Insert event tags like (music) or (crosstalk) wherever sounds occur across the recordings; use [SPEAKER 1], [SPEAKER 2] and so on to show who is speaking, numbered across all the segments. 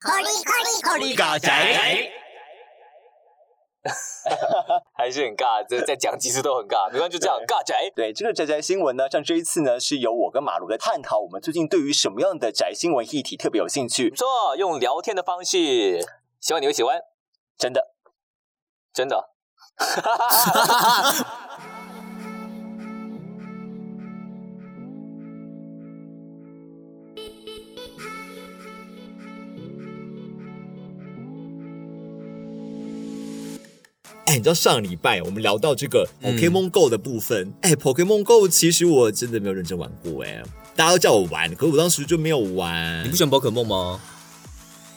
[SPEAKER 1] カリガ仔，
[SPEAKER 2] 还是很尬，这再讲几次都很尬，没关系，就这样尬宅。
[SPEAKER 3] 对这个宅宅新闻呢，像这一次呢，是由我跟马卢来探讨我们最近对于什么样的宅新闻议题特别有兴趣
[SPEAKER 2] 不。错，用聊天的方式，希望你会喜欢，
[SPEAKER 3] 真的，
[SPEAKER 2] 真的。
[SPEAKER 1] 哎，你知道上礼拜我们聊到这个
[SPEAKER 3] 嗯
[SPEAKER 1] Pokemon Go 的部分，哎、p o k e m o n Go 其实我真的没有认真玩过，哎，大家都叫我玩，可是我当时就没有玩。
[SPEAKER 4] 你不喜欢宝可梦吗？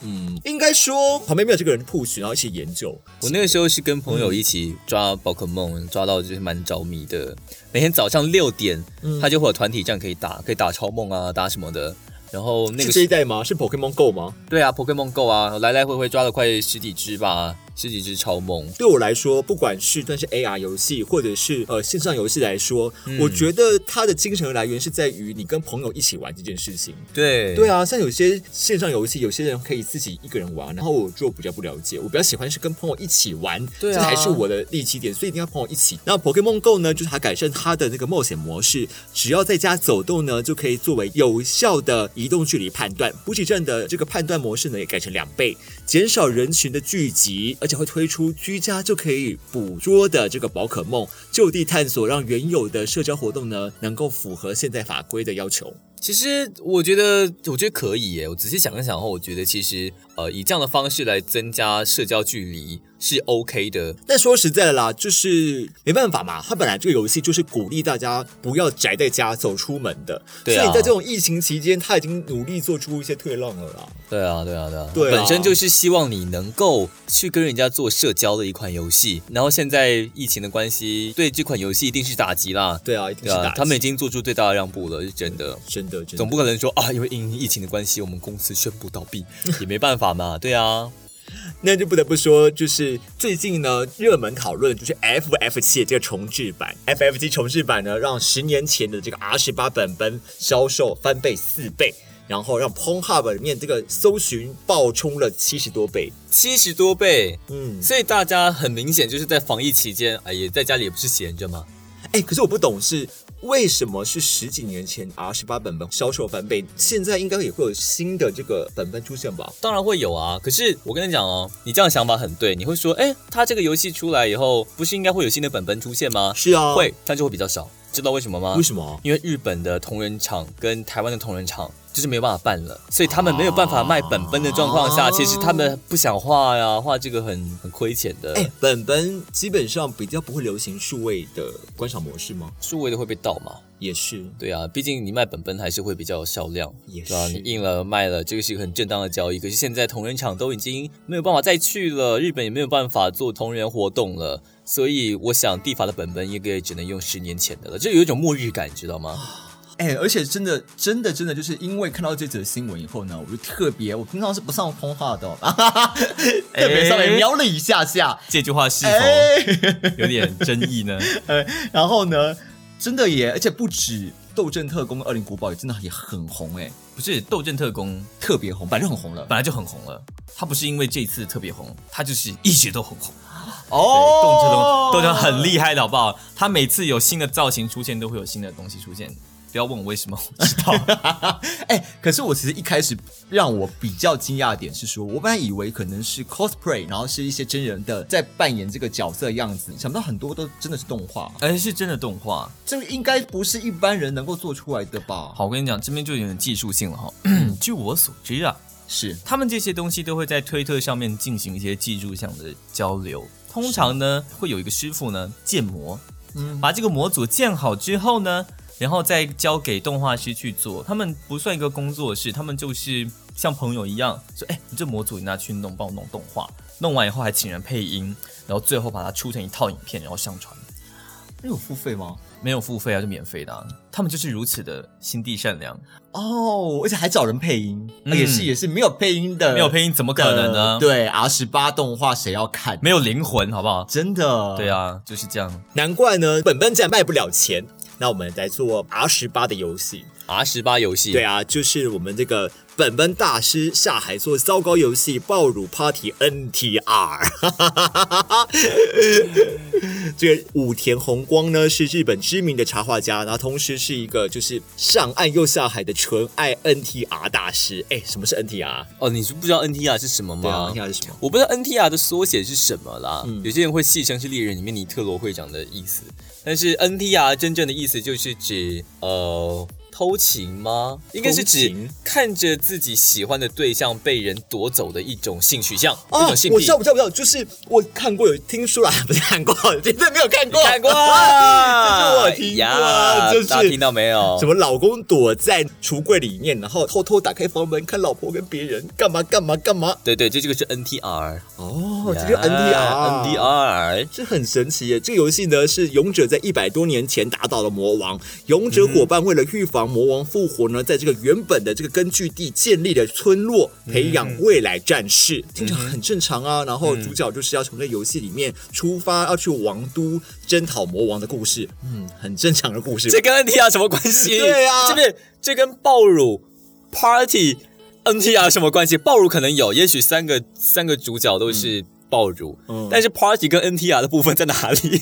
[SPEAKER 1] 嗯，应该说旁边没有这个人 push，然后一起研究。
[SPEAKER 4] 我那个时候是跟朋友一起抓宝可梦，抓到就是蛮着迷的。每天早上六点，他就会有团体战可以打，可以打超梦啊，打什么的。然后那
[SPEAKER 1] 是
[SPEAKER 4] 个
[SPEAKER 1] 这一代吗？是 Pokemon Go 吗？
[SPEAKER 4] 对啊，Pokemon Go 啊，来来回回抓了快十几只吧，十几只超梦。
[SPEAKER 1] 对我来说，不管是但是 AR 游戏，或者是呃线上游戏来说，我觉得它的精神来源是在于你跟朋友一起玩这件事情。
[SPEAKER 4] 对
[SPEAKER 1] 对啊，像有些线上游戏，有些人可以自己一个人玩，然后我就比较不了解，我比较喜欢是跟朋友一起玩，
[SPEAKER 4] 对啊
[SPEAKER 1] 这才是我的利基点，所以一定要朋友一起。那 Pokemon Go 呢，就是它改善它的那个冒险模式，只要在家走动呢，就可以作为有效的移动距离判断。补给站的这个判断模式呢，也改成两倍，减少人群的聚集，而且会推出居家就可以捕捉的这个宝可梦，就地探索，让原有的社交活动呢，能够符合现在法规的要求。
[SPEAKER 4] 其实我觉得，我觉得可以耶。我仔细想一想后，我觉得其实呃，以这样的方式来增加社交距离是 OK 的。
[SPEAKER 1] 但说实在的啦，就是没办法嘛，它本来这个游戏就是鼓励大家不要宅在家，走出门的。
[SPEAKER 4] 对啊
[SPEAKER 1] 所以在这种疫情期间，他已经努力做出一些退让了啦。
[SPEAKER 4] 对啊，对啊，对啊，
[SPEAKER 1] 对啊
[SPEAKER 4] 本身就是希望你能够去跟人家做社交的一款游戏。然后现在疫情的关系，对这款游戏一定是打击啦。
[SPEAKER 1] 对啊，一定
[SPEAKER 4] 对
[SPEAKER 1] 是打、
[SPEAKER 4] 啊，他们已经做出最大的让步了，是真的。
[SPEAKER 1] 真的真的
[SPEAKER 4] 总不可能说啊，因为因疫情的关系，我们公司宣布倒闭，也没办法嘛。对啊，
[SPEAKER 1] 那就不得不说，就是最近呢，热门讨论的就是 F F 七的这个重置版，F F 七重置版呢，让十年前的这个 R 十八本本销售翻倍四倍，然后让 Pornhub 里面这个搜寻爆冲了七十多倍。
[SPEAKER 4] 七十多倍，
[SPEAKER 1] 嗯，
[SPEAKER 4] 所以大家很明显就是在防疫期间，哎，也在家里也不是闲着嘛。
[SPEAKER 1] 哎、可是我不懂是为什么是十几年前 R 十八本本销售翻倍，现在应该也会有新的这个本本出现吧？
[SPEAKER 4] 当然会有啊，可是我跟你讲哦，你这样想法很对，你会说，哎，它这个游戏出来以后，不是应该会有新的本本出现吗？
[SPEAKER 1] 是啊
[SPEAKER 4] 会，但就会比较少，知道为什么吗？
[SPEAKER 1] 为什么？
[SPEAKER 4] 因为日本的同人场跟台湾的同人场就是没有办法办了，所以他们没有办法卖本本的状况下，
[SPEAKER 1] 啊
[SPEAKER 4] 其实他们不想画呀，画这个很很亏钱的。
[SPEAKER 1] 哎、本本基本上比较不会流行数位的观赏模式吗？
[SPEAKER 4] 数位的会被盗嘛？
[SPEAKER 1] 也是，
[SPEAKER 4] 对啊，毕竟你卖本本还是会比较有销量，
[SPEAKER 1] 也
[SPEAKER 4] 对啊，
[SPEAKER 1] 是
[SPEAKER 4] 你印了卖了，这个是一个很正当的交易。可是现在同人场都已经没有办法再去了，日本也没有办法做同人活动了，所以我想地法的本本应该也只能用十年前的了，就有一种末日感，你知道吗？
[SPEAKER 5] 哎、而且真的，真的，真的，就是因为看到这则新闻以后呢，我就特别，我平常是不上通话的、哦， (laughs) 特别上来
[SPEAKER 4] 哎
[SPEAKER 5] 瞄了一下下，
[SPEAKER 4] 这句话是
[SPEAKER 5] 哎、
[SPEAKER 4] 有点争议呢？
[SPEAKER 5] 呃，然后呢，真的也，而且不止《斗阵特工》《恶灵古堡》也真的也很红哎、
[SPEAKER 4] 不是《斗阵特工》 (laughs)
[SPEAKER 5] 特别红，反正很红了。
[SPEAKER 4] 本来就很红了，他不是因为这一次特别红，他就是一直都很红。
[SPEAKER 5] 哦
[SPEAKER 4] 动车动动车很厉害的好不好？他每次有新的造型出现，都会有新的东西出现。不要问我为什么， (laughs) 我知道。
[SPEAKER 5] 哎、可是我其实一开始让我比较惊讶的点是说，我本来以为可能是 cosplay，然后是一些真人的在扮演这个角色的样子，想不到很多都真的是动画，
[SPEAKER 4] 哎、是真的动画。
[SPEAKER 5] 这个应该不是一般人能够做出来的吧？
[SPEAKER 4] 好，我跟你讲，这边就有点技术性了哈。 (clears throat) 据我所知啊，
[SPEAKER 5] 是
[SPEAKER 4] 他们这些东西都会在推特上面进行一些技术上的交流。通常呢，会有一个师傅呢建模，
[SPEAKER 5] 嗯
[SPEAKER 4] 把这个模组建好之后呢，然后再交给动画师去做。他们不算一个工作室，他们就是像朋友一样，说：“哎，你这模组你拿去弄，帮我弄动画。”弄完以后还请人配音，然后最后把它出成一套影片，然后上传。
[SPEAKER 5] 那有付费吗？
[SPEAKER 4] 没有付费啊，就免费的、啊。他们就是如此的心地善良，
[SPEAKER 5] 哦，而且还找人配音，
[SPEAKER 4] 嗯
[SPEAKER 5] 也是也是没有配音的，
[SPEAKER 4] 没有配音怎么可能呢？
[SPEAKER 5] 的对，R 十八动画谁要看？
[SPEAKER 4] 没有灵魂，好不好？
[SPEAKER 5] 真的，
[SPEAKER 4] 对，啊，就是这样。
[SPEAKER 1] 难怪呢，本本竟然卖不了钱。那我们来做 R 十八的游戏。
[SPEAKER 4] R 十八游戏，
[SPEAKER 1] 对啊，就是我们这个本本大师下海做糟糕游戏爆乳 Party NTR。这个武田宏光呢是日本知名的插画家，然后同时是一个就是上岸又下海的纯爱 NTR 大师。哎，什么是 NTR？
[SPEAKER 4] 哦，你是不知道 NTR 是什么
[SPEAKER 1] 对啊
[SPEAKER 4] 吗？
[SPEAKER 1] ，NTR 是什么？
[SPEAKER 4] 我不知道 NTR 的缩写是什么啦，
[SPEAKER 1] 嗯
[SPEAKER 4] 有些人会戏称是猎人里面尼特罗会长的意思，但是 NTR 真正的意思就是指呃偷情吗？应该是
[SPEAKER 1] 偷
[SPEAKER 4] 指
[SPEAKER 1] 情
[SPEAKER 4] 看着自己喜欢的对象被人夺走的一种性取向，一种
[SPEAKER 1] 啊
[SPEAKER 4] 性
[SPEAKER 1] 哦我
[SPEAKER 4] 癖
[SPEAKER 1] 知。道，我知道，我知道，就是我看过有听说啦， (laughs) 不是看过，绝对没有看过，(laughs)
[SPEAKER 4] 看过，啊
[SPEAKER 1] 这是我听过
[SPEAKER 4] 呀
[SPEAKER 1] 就是
[SPEAKER 4] 大家听到没有
[SPEAKER 1] 什？么老公躲在橱柜里面，然后偷偷打开房门看老婆跟别人干嘛干嘛干嘛。
[SPEAKER 4] 对对，这这个是 NTR，
[SPEAKER 1] 哦
[SPEAKER 4] 哦，
[SPEAKER 1] 这个 NDR。
[SPEAKER 4] NTR，
[SPEAKER 1] 这很神奇耶！这个游戏呢是勇者在一百多年前打倒了魔王，勇者伙伴为了预防魔王复活呢，在这个原本的这个根据地建立了村落，
[SPEAKER 4] 嗯
[SPEAKER 1] 培养未来战士，听起来很正常啊。然
[SPEAKER 4] 嗯
[SPEAKER 1] 后主角就是要从这游戏里面出发，要去王都征讨魔王的故事，嗯，很正常的故事吧。
[SPEAKER 4] 这跟 NTR 什么关系？
[SPEAKER 1] 对啊
[SPEAKER 4] 这边这跟爆乳 Party NTR 什么关系？爆乳可能有，也许三个三个主角都是爆乳，
[SPEAKER 1] 嗯
[SPEAKER 4] 但是 Party 跟 NTR 的部分在哪
[SPEAKER 1] (laughs)
[SPEAKER 4] 里？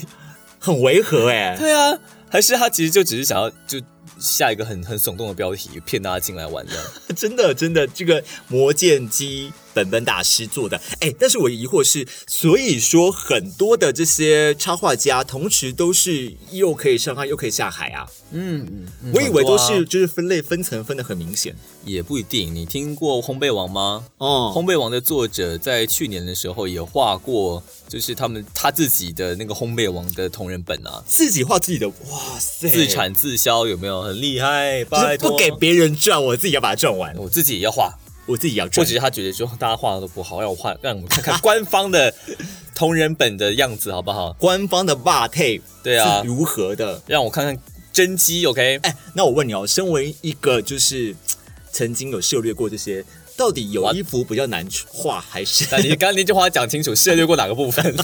[SPEAKER 1] 很违和
[SPEAKER 4] (laughs)
[SPEAKER 1] 哎。
[SPEAKER 4] 对啊，还是他其实就只是想要就下一个很很耸动的标题，骗大家进来玩
[SPEAKER 1] (laughs)
[SPEAKER 4] 的。
[SPEAKER 1] 真的，真的，这个魔剑姬本本大师做的，哎，但是我疑惑是，所以说很多的这些插画家，同时都是又可以上岸又可以下海啊，
[SPEAKER 4] 嗯，嗯
[SPEAKER 1] 我以为都
[SPEAKER 4] 很
[SPEAKER 1] 是
[SPEAKER 4] 多啊
[SPEAKER 1] 就是分类分层分的很明显
[SPEAKER 4] 也不一定。你听过烘焙王吗？
[SPEAKER 1] 哦，
[SPEAKER 4] 烘焙王的作者在去年的时候也画过，就是他们他自己的那个烘焙王的同人本啊。
[SPEAKER 1] 自己画自己的，哇塞，
[SPEAKER 4] 自产自销有没有很厉
[SPEAKER 1] 就
[SPEAKER 4] 害？
[SPEAKER 1] 是
[SPEAKER 4] 拜托，
[SPEAKER 1] 不给别人赚，我自己要把它赚完，
[SPEAKER 4] 我自己也要画，
[SPEAKER 1] 我自己要赚
[SPEAKER 4] 或者。是他觉得说大家画的都不好，让我画，让我们看
[SPEAKER 1] (laughs)
[SPEAKER 4] 看官方的同人本的样子好不好？
[SPEAKER 1] 官方的 v a tape
[SPEAKER 4] 对啊
[SPEAKER 1] 是如何的？
[SPEAKER 4] 让我看看真机，OK？
[SPEAKER 1] 哎，那我问你哦，身为一个就是嘖曾经有涉猎过这些，到底有
[SPEAKER 4] What？
[SPEAKER 1] 衣服比较难画，还是
[SPEAKER 4] 那你刚刚那句话讲清楚，涉略过哪个部
[SPEAKER 1] (laughs)
[SPEAKER 4] 分？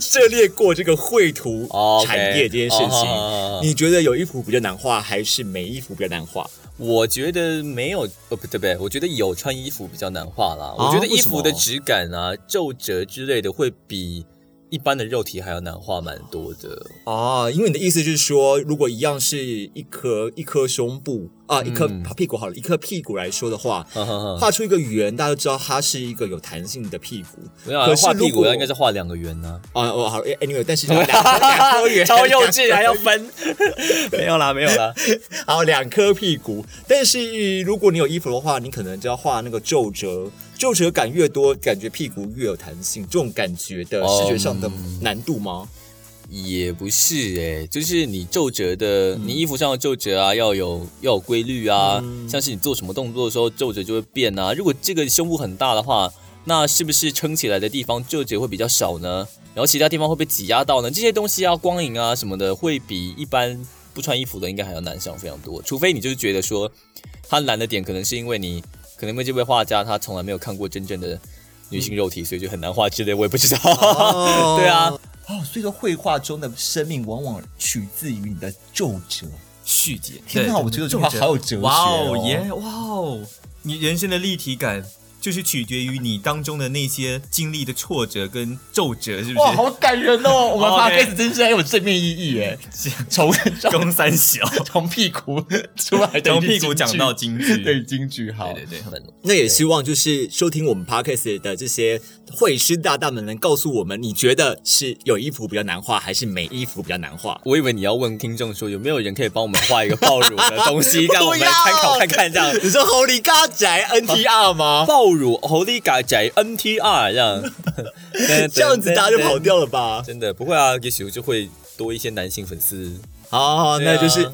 [SPEAKER 1] 涉猎过这个绘图
[SPEAKER 4] 哦，OK
[SPEAKER 1] 产业这件事情
[SPEAKER 4] 哦好好好
[SPEAKER 1] 你觉得有衣服比较难画，还是没衣服比较难画？
[SPEAKER 4] 我觉得没有，呃，不对不对，我觉得有穿衣服比较难画啦。
[SPEAKER 1] 哦
[SPEAKER 4] 我觉
[SPEAKER 1] 为
[SPEAKER 4] 得衣
[SPEAKER 1] 什么
[SPEAKER 4] 服的质感啊、皱褶之类的会比一般的肉体还要难画蛮多的。
[SPEAKER 1] 哦，因为你的意思就是说，如果一样是一颗一颗胸部啊，
[SPEAKER 4] 嗯
[SPEAKER 1] 一颗屁股好了，一颗屁股来说的话，
[SPEAKER 4] 呵呵呵
[SPEAKER 1] 画出一个圆，大家都知道它是一个有弹性的屁股。
[SPEAKER 4] 没有啊
[SPEAKER 1] 可是
[SPEAKER 4] 画屁
[SPEAKER 1] 如
[SPEAKER 4] 股
[SPEAKER 1] 果
[SPEAKER 4] 要应该是画两个圆呢、
[SPEAKER 1] 啊，哦好，anyway，但
[SPEAKER 4] (laughs)
[SPEAKER 1] 是它两颗两颗圆，
[SPEAKER 4] 超幼稚，还要分？ (laughs) 没有啦，没有啦。
[SPEAKER 1] 好，两颗屁股。但是如果你有衣服的话，你可能就要画那个皱褶，皱褶感越多，感觉屁股越有弹性，这种感觉的
[SPEAKER 4] 哦
[SPEAKER 1] 视觉上的
[SPEAKER 5] 嗯
[SPEAKER 1] 难度吗？
[SPEAKER 4] 也不是哎、就是你皱褶的，你衣服上的皱褶啊，要有要有规律啊。像是你做什么动作的时候，皱褶就会变啊。如果这个胸部很大的话，那是不是撑起来的地方皱褶会比较少呢？然后其他地方会被挤压到呢？这些东西啊，光影啊什么的，会比一般不穿衣服的应该还要难上非常多。除非你就是觉得说，它难的点可能是因为你，可能因为这位画家他从来没有看过真正的女性肉体，所以就很难画之类，我也不知道。 (laughs) 对啊，
[SPEAKER 5] 哦，所以说绘画中的生命往往取自于你的皱褶。
[SPEAKER 6] 续集。
[SPEAKER 5] 天哪，
[SPEAKER 6] 对
[SPEAKER 5] 我觉得这
[SPEAKER 6] 皱
[SPEAKER 5] 句话
[SPEAKER 6] 褶
[SPEAKER 5] 好有哲学、哦。
[SPEAKER 6] 哇哦耶，哇哦！你人生的立体感就是取决于你当中的那些经历的挫折跟皱褶，是不
[SPEAKER 5] 哇，
[SPEAKER 6] 是？
[SPEAKER 5] 好感人哦！我们
[SPEAKER 6] OK
[SPEAKER 5] podcast 真是很有正面意义耶，从
[SPEAKER 6] 中三小，
[SPEAKER 5] 从屁股出来的一句
[SPEAKER 6] 从屁股讲到
[SPEAKER 5] 金
[SPEAKER 6] 京
[SPEAKER 5] 句，
[SPEAKER 6] 剧，
[SPEAKER 5] 对京剧好
[SPEAKER 6] 对。对对，很
[SPEAKER 1] 那也希望就是收听我们 podcast 的这些会师大大们能告诉我们，你觉得是有衣服比较难画，还是没衣服比较难
[SPEAKER 5] (laughs)
[SPEAKER 1] 画？
[SPEAKER 4] 我以为你要问听众说有没有人可以帮我们画一个爆乳的东西，让我们来参考看看这样。
[SPEAKER 1] 你说猴狸嘎宅 NTR 吗？
[SPEAKER 4] 爆乳 Holy g a 宅 NTR 这样，
[SPEAKER 1] 这样子大家就跑。掉了吧？
[SPEAKER 4] 真的不会啊，也许我就会多一些男性粉丝。
[SPEAKER 1] 好好好，
[SPEAKER 4] 对啊
[SPEAKER 1] 那就是、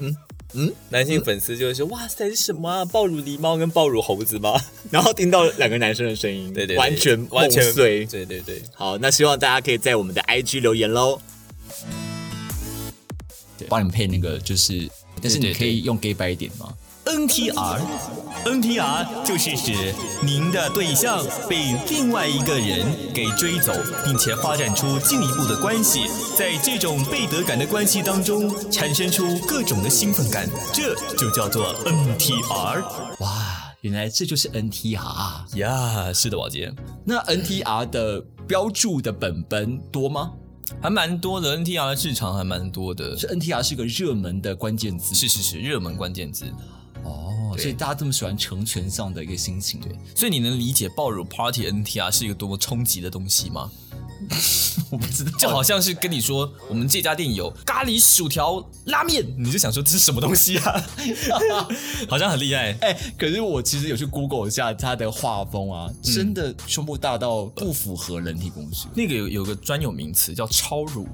[SPEAKER 1] 嗯，
[SPEAKER 4] 男性粉丝就会说：“哇塞，是什么啊？爆乳狸猫跟爆乳猴子吗
[SPEAKER 1] 然后听到两个男生的声音，？”
[SPEAKER 4] 对对
[SPEAKER 1] 嗯
[SPEAKER 4] 对，
[SPEAKER 1] 完全
[SPEAKER 4] 完全
[SPEAKER 1] 梦碎
[SPEAKER 4] 对对对，
[SPEAKER 1] 好，那希望大家可以在我们的 IG 留言喽。
[SPEAKER 5] 帮你们配那个就是
[SPEAKER 1] 但是
[SPEAKER 4] 对
[SPEAKER 1] 你
[SPEAKER 4] 对
[SPEAKER 1] 可以用 gay 白一点吗？
[SPEAKER 4] NTR，NTR 就是指您的对象被另外一个人给追走，并且发展出进一步的关系，在这种被得感的关系当中，产生出各种的兴奋感，这就叫做 NTR
[SPEAKER 1] 哇，原来这就是 NTR 啊！
[SPEAKER 4] 呀。是的，宝杰，
[SPEAKER 1] 那 NTR 的标注的本本多吗？
[SPEAKER 4] 还蛮多的，NTR 的市场还蛮多的，
[SPEAKER 1] 是 NTR 是个热门的关键字
[SPEAKER 4] 是是是，热门关键字。
[SPEAKER 1] 哦，所以大家这么喜欢成全上的一个心情。对，
[SPEAKER 4] 所以你能理解爆乳 Party NTR 是一个多么冲击的东
[SPEAKER 1] (laughs)
[SPEAKER 4] 西吗？我不知道，就好像是跟你说，我们这家店有咖喱薯条拉面，你就想说这是什么东
[SPEAKER 1] (laughs)
[SPEAKER 4] 西啊？好像很厉害，
[SPEAKER 1] 哎、可是我其实有去 Google 一下它的画风啊，
[SPEAKER 4] 嗯
[SPEAKER 1] 真的胸部大到不符合人体工学。
[SPEAKER 4] 那个有有个专有名词叫超乳，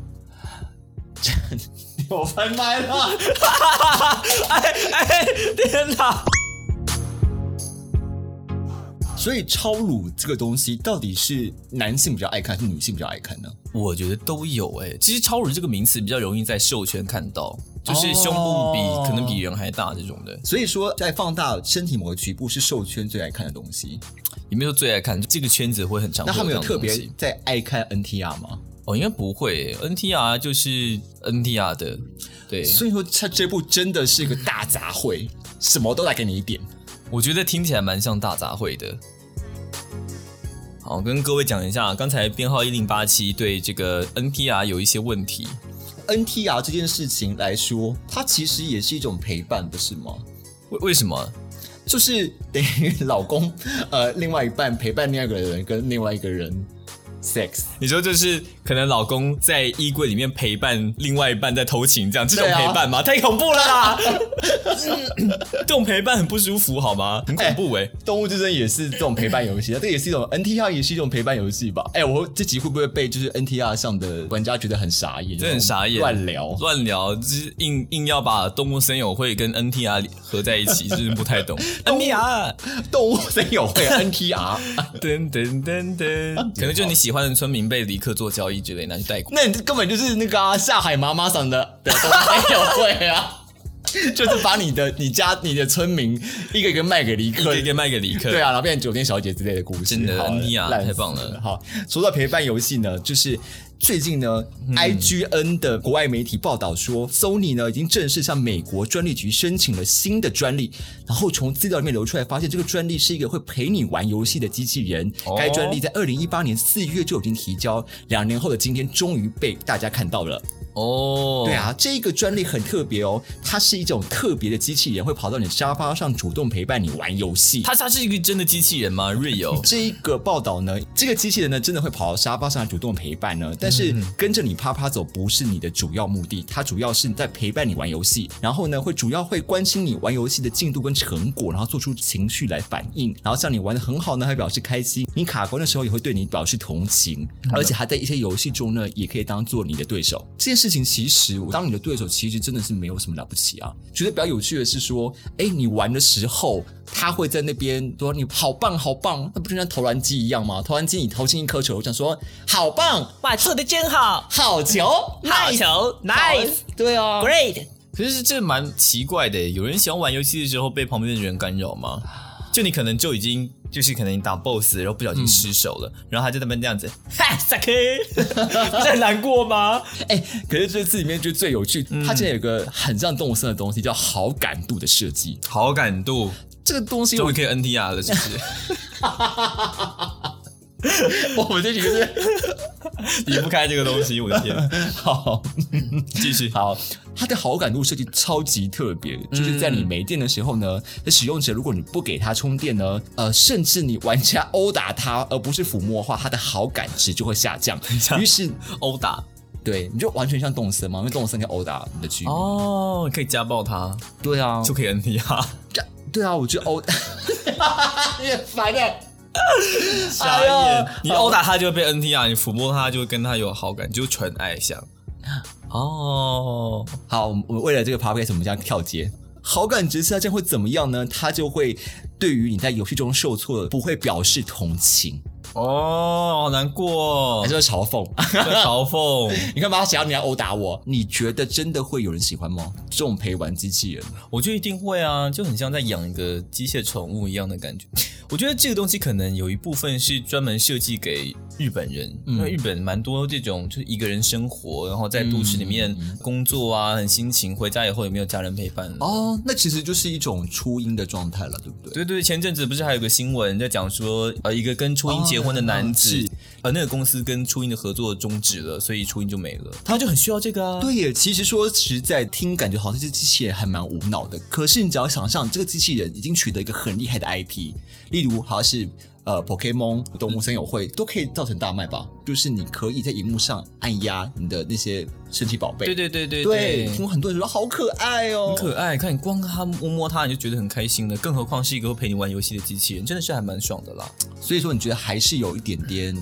[SPEAKER 1] 我翻麦 (laughs) 了。
[SPEAKER 4] 哎，天哪！
[SPEAKER 1] 所以超乳这个东西到底是男性比较爱看，还是女性比较爱看呢？
[SPEAKER 4] 我觉得都有哎、其实超乳这个名词比较容易在秀圈看到，就是胸部比、
[SPEAKER 1] 哦
[SPEAKER 4] 可能比人还大这种的，
[SPEAKER 1] 所以说，在放大身体某个局部是受圈最爱看的东西。
[SPEAKER 4] 也没有最爱看这个圈子会很常
[SPEAKER 1] 那他
[SPEAKER 4] 会
[SPEAKER 1] 们有
[SPEAKER 4] 这样的
[SPEAKER 1] 特
[SPEAKER 4] 东西。
[SPEAKER 1] 别在爱看 NTR 吗？
[SPEAKER 4] 哦，应该不会欸，NTR 就是 NTR 的，对。
[SPEAKER 1] 所以说，他这部真的是一个大杂烩，什么都来给你一点。
[SPEAKER 4] 我觉得听起来蛮像大杂烩的。好，跟各位讲一下，刚才编号一零八七对这个 NTR 有一些问题。
[SPEAKER 1] NTR 这件事情来说，它其实也是一种陪伴，不是吗？
[SPEAKER 4] 为为什么？
[SPEAKER 1] 就是等于老公呃，另外一半陪伴另外一个人跟另外一个人 sex，
[SPEAKER 4] 你说就是可能老公在衣柜里面陪伴另外一半在偷情，这样这种
[SPEAKER 1] 对啊
[SPEAKER 4] 陪伴吗？太恐怖了啦！这种陪伴很不舒服，好吗？很恐怖哎、
[SPEAKER 1] 动物之森也是这种陪伴游戏，啊这也是一种 NTR，也是一种陪伴游戏吧？哎、我这集会不会被就是 NTR 上的玩家觉得很傻眼？
[SPEAKER 4] 真的很傻眼，
[SPEAKER 1] 乱聊。
[SPEAKER 4] 乱聊，就是硬硬要把动物森友会跟 NTR 合在一
[SPEAKER 1] (laughs)
[SPEAKER 4] 起，就是不太懂。NTR
[SPEAKER 1] 动物森友会啊 NTR，
[SPEAKER 4] 噔噔噔噔，可能就你喜欢的村民被尼克做交易之类，拿去代股。
[SPEAKER 1] 那你根本就是那个、啊、下海妈妈上的的动物森友会啊，就是把你的你家你的村民一个一个卖给离
[SPEAKER 4] 一
[SPEAKER 1] 克
[SPEAKER 4] 个一，个卖给尼克，
[SPEAKER 1] 对，啊，然后变成酒店小姐之类的故事，
[SPEAKER 4] 真的
[SPEAKER 1] 好
[SPEAKER 4] NTR
[SPEAKER 1] 烂死
[SPEAKER 4] 太棒了
[SPEAKER 1] 好，说到陪伴游戏呢，就是最近呢、i
[SPEAKER 4] 嗯
[SPEAKER 1] g n 的国外媒体报道说，Sony 呢已经正式向美国专利局申请了新的专利，然后从资料里面流出来，发现这个专利是一个会陪你玩游戏的机器人。
[SPEAKER 4] 哦
[SPEAKER 1] 该专利在二零一八年四月就已经提交，两年后的今天终于被大家看到了。
[SPEAKER 4] 哦，
[SPEAKER 1] 对，啊，这个专利很特别哦，它是一种特别的机器人，会跑到你沙发上主动陪伴你玩游戏。
[SPEAKER 4] 他他是一个真的机器人吗？Real
[SPEAKER 1] 这一个报道呢，这个机器人呢真的会跑到沙发上来主动陪伴呢，但是
[SPEAKER 5] 嗯
[SPEAKER 1] 跟着你啪啪走不是你的主要目的，它主要是在陪伴你玩游戏，然后呢会主要会关心你玩游戏的进度跟成果，然后做出情绪来反应，然后像你玩的很好呢，还表示开心；你卡关的时候也会对你表示同情，
[SPEAKER 5] 嗯
[SPEAKER 1] 而且还在一些游戏中呢也可以当做你的对手。这件事情其实当你的对手其实真的是没有什么了不起啊，觉得比较有趣的是说，哎，你玩的时候，他会在那边说你好棒好棒，那不就像投篮机一样吗？投篮机你投进一颗球，想说好棒，
[SPEAKER 7] 哇，做的真好，
[SPEAKER 1] 好球，
[SPEAKER 7] 好
[SPEAKER 1] nice，
[SPEAKER 7] 球，nice，
[SPEAKER 1] 对啊，
[SPEAKER 7] great。
[SPEAKER 4] 可是这蛮奇怪的，有人喜欢玩游戏的时候被旁边的人干扰吗？就你可能就已经就是可能你打 BOSS，然后不小心失手了，然后他就在那边这样子，
[SPEAKER 7] 哈，萨克，不是很难过吗？
[SPEAKER 1] 哎、可是这次里面就最有趣，它竟然有个很像动物森的东西，叫好感度的设计。
[SPEAKER 4] 好感度
[SPEAKER 1] 这个东西
[SPEAKER 4] 终
[SPEAKER 1] 我
[SPEAKER 4] 于可以 NTR 了，是不 (laughs) 是？
[SPEAKER 1] 我们这几个是
[SPEAKER 4] 离不开这个东西，我的天！
[SPEAKER 1] 好
[SPEAKER 4] 继续，
[SPEAKER 1] 好，它的好感度设计超级特别，就是在你没电的时候呢，那使用者如果你不给它充电呢，呃，甚至你玩家殴打它而不是抚摸的话，它的好感值就会下降。于是，
[SPEAKER 4] 殴打
[SPEAKER 1] 对，你就完全像动森嘛，因为动森可以殴打你的区域。
[SPEAKER 4] 哦，可以家暴他，
[SPEAKER 1] 对啊，
[SPEAKER 4] 就可以 NTR。
[SPEAKER 1] 这对啊，我觉得殴，你很烦的、
[SPEAKER 4] 傻眼！你殴打他就会被 NTR，你抚摸他就会跟他有好感，就纯爱相。哦，
[SPEAKER 1] 好，我们为了这个 podcast，我们将跳接。好感值
[SPEAKER 5] 啊
[SPEAKER 1] 下降会怎么样呢？它就会对于你在游戏中受挫，不会表示同情。
[SPEAKER 4] 哦，好难过、
[SPEAKER 5] 还
[SPEAKER 4] 哦
[SPEAKER 5] 是，会嘲讽。 (laughs)
[SPEAKER 4] 被嘲讽。
[SPEAKER 5] 你干嘛想要你来殴打我？你觉得真的会有人喜欢吗？这种陪玩机器人，
[SPEAKER 4] 我觉得一定会啊，就很像在养一个机械宠物一样的感觉。我觉得这个东西可能有一部分是专门设计给日本人，因为日本蛮多这种就是一个人生活，然后在都市里面工作啊，很辛勤，回家以后也没有家人陪伴。
[SPEAKER 5] 哦，那其实就是一种初音的状态了，对不对？
[SPEAKER 4] 对对，前阵子不是还有个新闻在讲说，呃，一个跟初音结婚的男子，
[SPEAKER 5] 哦是
[SPEAKER 4] 呃，那个公司跟初音的合作终止了，所以初音就没了。他就很需要这个啊。
[SPEAKER 5] 对耶，其实说实在，听感觉好像这机器人还蛮无脑的。可是你只要想象，这个机器人已经取得一个很厉害的 IP，例如好像是呃 Pokemon 动物森友
[SPEAKER 4] 嗯
[SPEAKER 5] 会，都可以造成大卖吧？就是你可以在荧幕上按压你的那些神奇宝贝。
[SPEAKER 4] 对对对对
[SPEAKER 5] 对，听过很多人说好可爱哦，
[SPEAKER 4] 很可爱，看你光它摸摸它，你就觉得很开心的，更何况是一个会陪你玩游戏的机器人，真的是还蛮爽的啦。
[SPEAKER 5] 所以说你觉得还是有一点点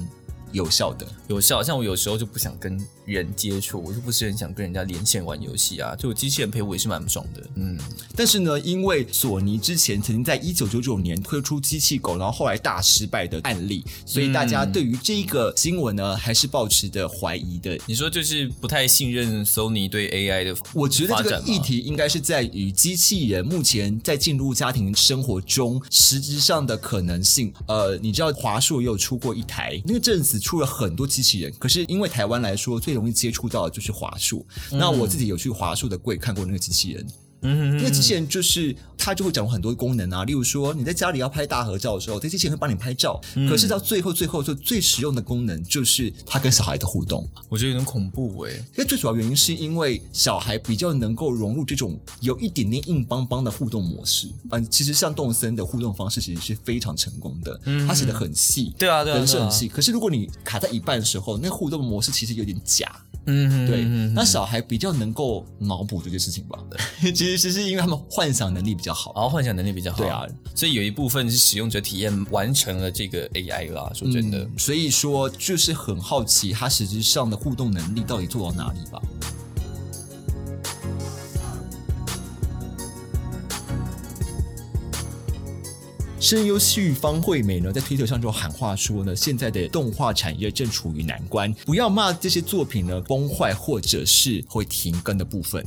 [SPEAKER 5] 有效的。
[SPEAKER 4] 有效，像我有时候就不想跟人接触，我就不是很想跟人家连线玩游戏啊，就有机器人陪我也是蛮爽的。嗯，
[SPEAKER 5] 但是呢，因为索尼之前曾经在一九九九年推出机器狗，然后后来大失败的案例，所以大家对于这个新闻呢，还是抱持着怀疑的。
[SPEAKER 4] 你说就是不太信任 Sony 对 AI 的发展吗，
[SPEAKER 5] 我觉得这个议题应该是在于机器人目前在进入家庭生活中实质上的可能性。呃，你知道华硕也有出过一台，那个阵子出了很多机器人，可是因为台湾来说最容易接触到的就是华硕。那我自己有去华硕的柜看过那个机器人，
[SPEAKER 4] 嗯，
[SPEAKER 5] 因
[SPEAKER 4] 嗯
[SPEAKER 5] 为机器人就是它就会掌握很多功能啊，例如说你在家里要拍大合照的时候，这机器人会帮你拍照。
[SPEAKER 4] 嗯
[SPEAKER 5] 可是到最后最后就最实用的功能就是它跟小孩的互动。
[SPEAKER 4] 我觉得有点恐怖哎、
[SPEAKER 5] 因为最主要原因是因为小孩比较能够融入这种有一点点硬邦邦的互动模式。嗯，其实像动森的互动方式其实是非常成功的，
[SPEAKER 4] 嗯
[SPEAKER 5] 它写的很细，
[SPEAKER 4] 对啊对啊
[SPEAKER 5] 人是
[SPEAKER 4] 对啊
[SPEAKER 5] 很细。可是如果你卡在一半的时候，那互动模式其实有点假。
[SPEAKER 4] 嗯，
[SPEAKER 5] 对，
[SPEAKER 4] 嗯
[SPEAKER 5] 那小孩比较能够脑补这件事情吧。 (laughs) 其实是因为他们幻想能力比较好。
[SPEAKER 4] 然后幻想能力比较好，
[SPEAKER 5] 对啊，
[SPEAKER 4] 所以有一部分是使用者体验完成了这个 AI 啦。说真的，
[SPEAKER 5] 嗯，所以说就是很好奇它实质上的互动能力到底做到哪里吧。声优旭方惠美呢，在推特上就喊话说呢，现在的动画产业正处于难关，不要骂这些作品呢崩坏或者是会停更的部分。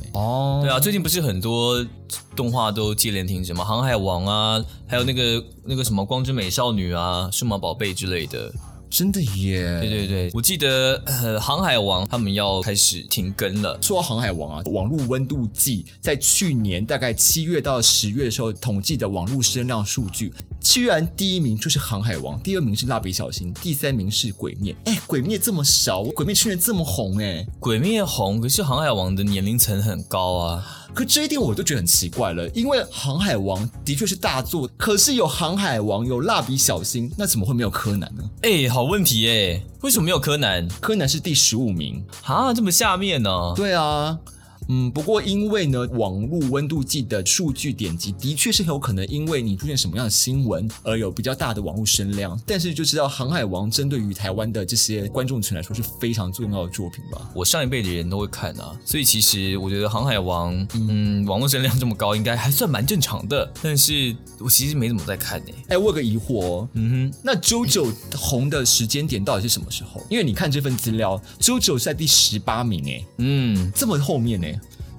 [SPEAKER 4] 对啊，最近不是很多动画都接连停止吗？《航海王》啊，还有那个那个什么《光之美少女》啊，《数码宝贝》之类的。
[SPEAKER 5] 真的
[SPEAKER 4] 对
[SPEAKER 5] 耶！
[SPEAKER 4] 对对，我记得呃，《航海王》他们要开始停更了。
[SPEAKER 5] 说到航海王啊，网络温度计在去年大概七月到十月的时候统计的网络声量数据，居然第一名就是航海王，第二名是蜡笔小新，第三名是鬼灭。哎，鬼灭这么少，鬼灭去年这么红哎、
[SPEAKER 4] 《鬼灭》红，可是《航海王》的年龄层很高啊。
[SPEAKER 5] 可这一点我就觉得很奇怪了，因为航海王的确是大作，可是有航海王，有蜡笔小新，那怎么会没有柯南呢？
[SPEAKER 4] 哎，好问题哎，为什么没有柯南？
[SPEAKER 5] 柯南是第十五名，
[SPEAKER 4] 啊，这么下面呢、
[SPEAKER 5] 对啊。嗯，不过因为呢，网络温度计的数据点击的确是很有可能因为你出现什么样的新闻而有比较大的网络声量，但是就知道《航海王》针对于台湾的这些观众群来说是非常重要的作品吧。
[SPEAKER 4] 我上一辈的人都会看啊，所以其实我觉得《航海王》嗯，网络声量这么高，应该还算蛮正常的。但是我其实没怎么在看欸呢、
[SPEAKER 5] 哎，我有个疑惑、哦，
[SPEAKER 4] 嗯哼，
[SPEAKER 5] 那 JoJo 红的时间点到底是什么时候？因为你看这份资料，JoJo 是在第十八名，哎，
[SPEAKER 4] 嗯，
[SPEAKER 5] 这么后面呢？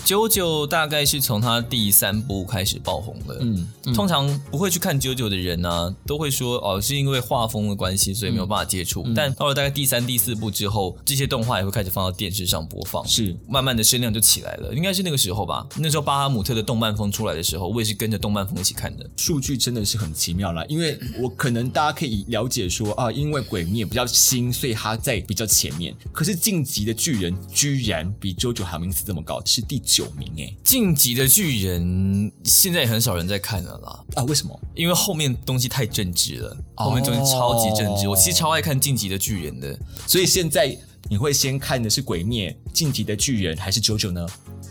[SPEAKER 4] 九九大概是从他第三部开始爆红的。
[SPEAKER 5] 嗯，
[SPEAKER 4] 通常不会去看九九的人呢、都会说哦，是因为画风的关系，所以没有办法接触。但到了大概第三、第四部之后，这些动画也会开始放到电视上播放。
[SPEAKER 5] 是
[SPEAKER 4] 慢慢的声量就起来了，应该是那个时候吧。那时候巴哈姆特的动漫风出来的时候，我也是跟着动漫风一起看的。
[SPEAKER 5] 数据真的是很奇妙啦，因为我可能大家可以了解说啊，因为鬼灭比较新，所以它在比较前面。可是晋级的巨人居然比 JoJo 还有名次这么高，是第九名哎、
[SPEAKER 4] 晋级的巨人现在也很少人在看了啦，
[SPEAKER 5] 啊，为什么？
[SPEAKER 4] 因为后面东西太政治了，后面东
[SPEAKER 5] 哦
[SPEAKER 4] 西超级政治。我其实超爱看晋级的巨人的
[SPEAKER 5] 所以现在你会先看的是鬼灭、晋级的巨人还是 JoJo 呢？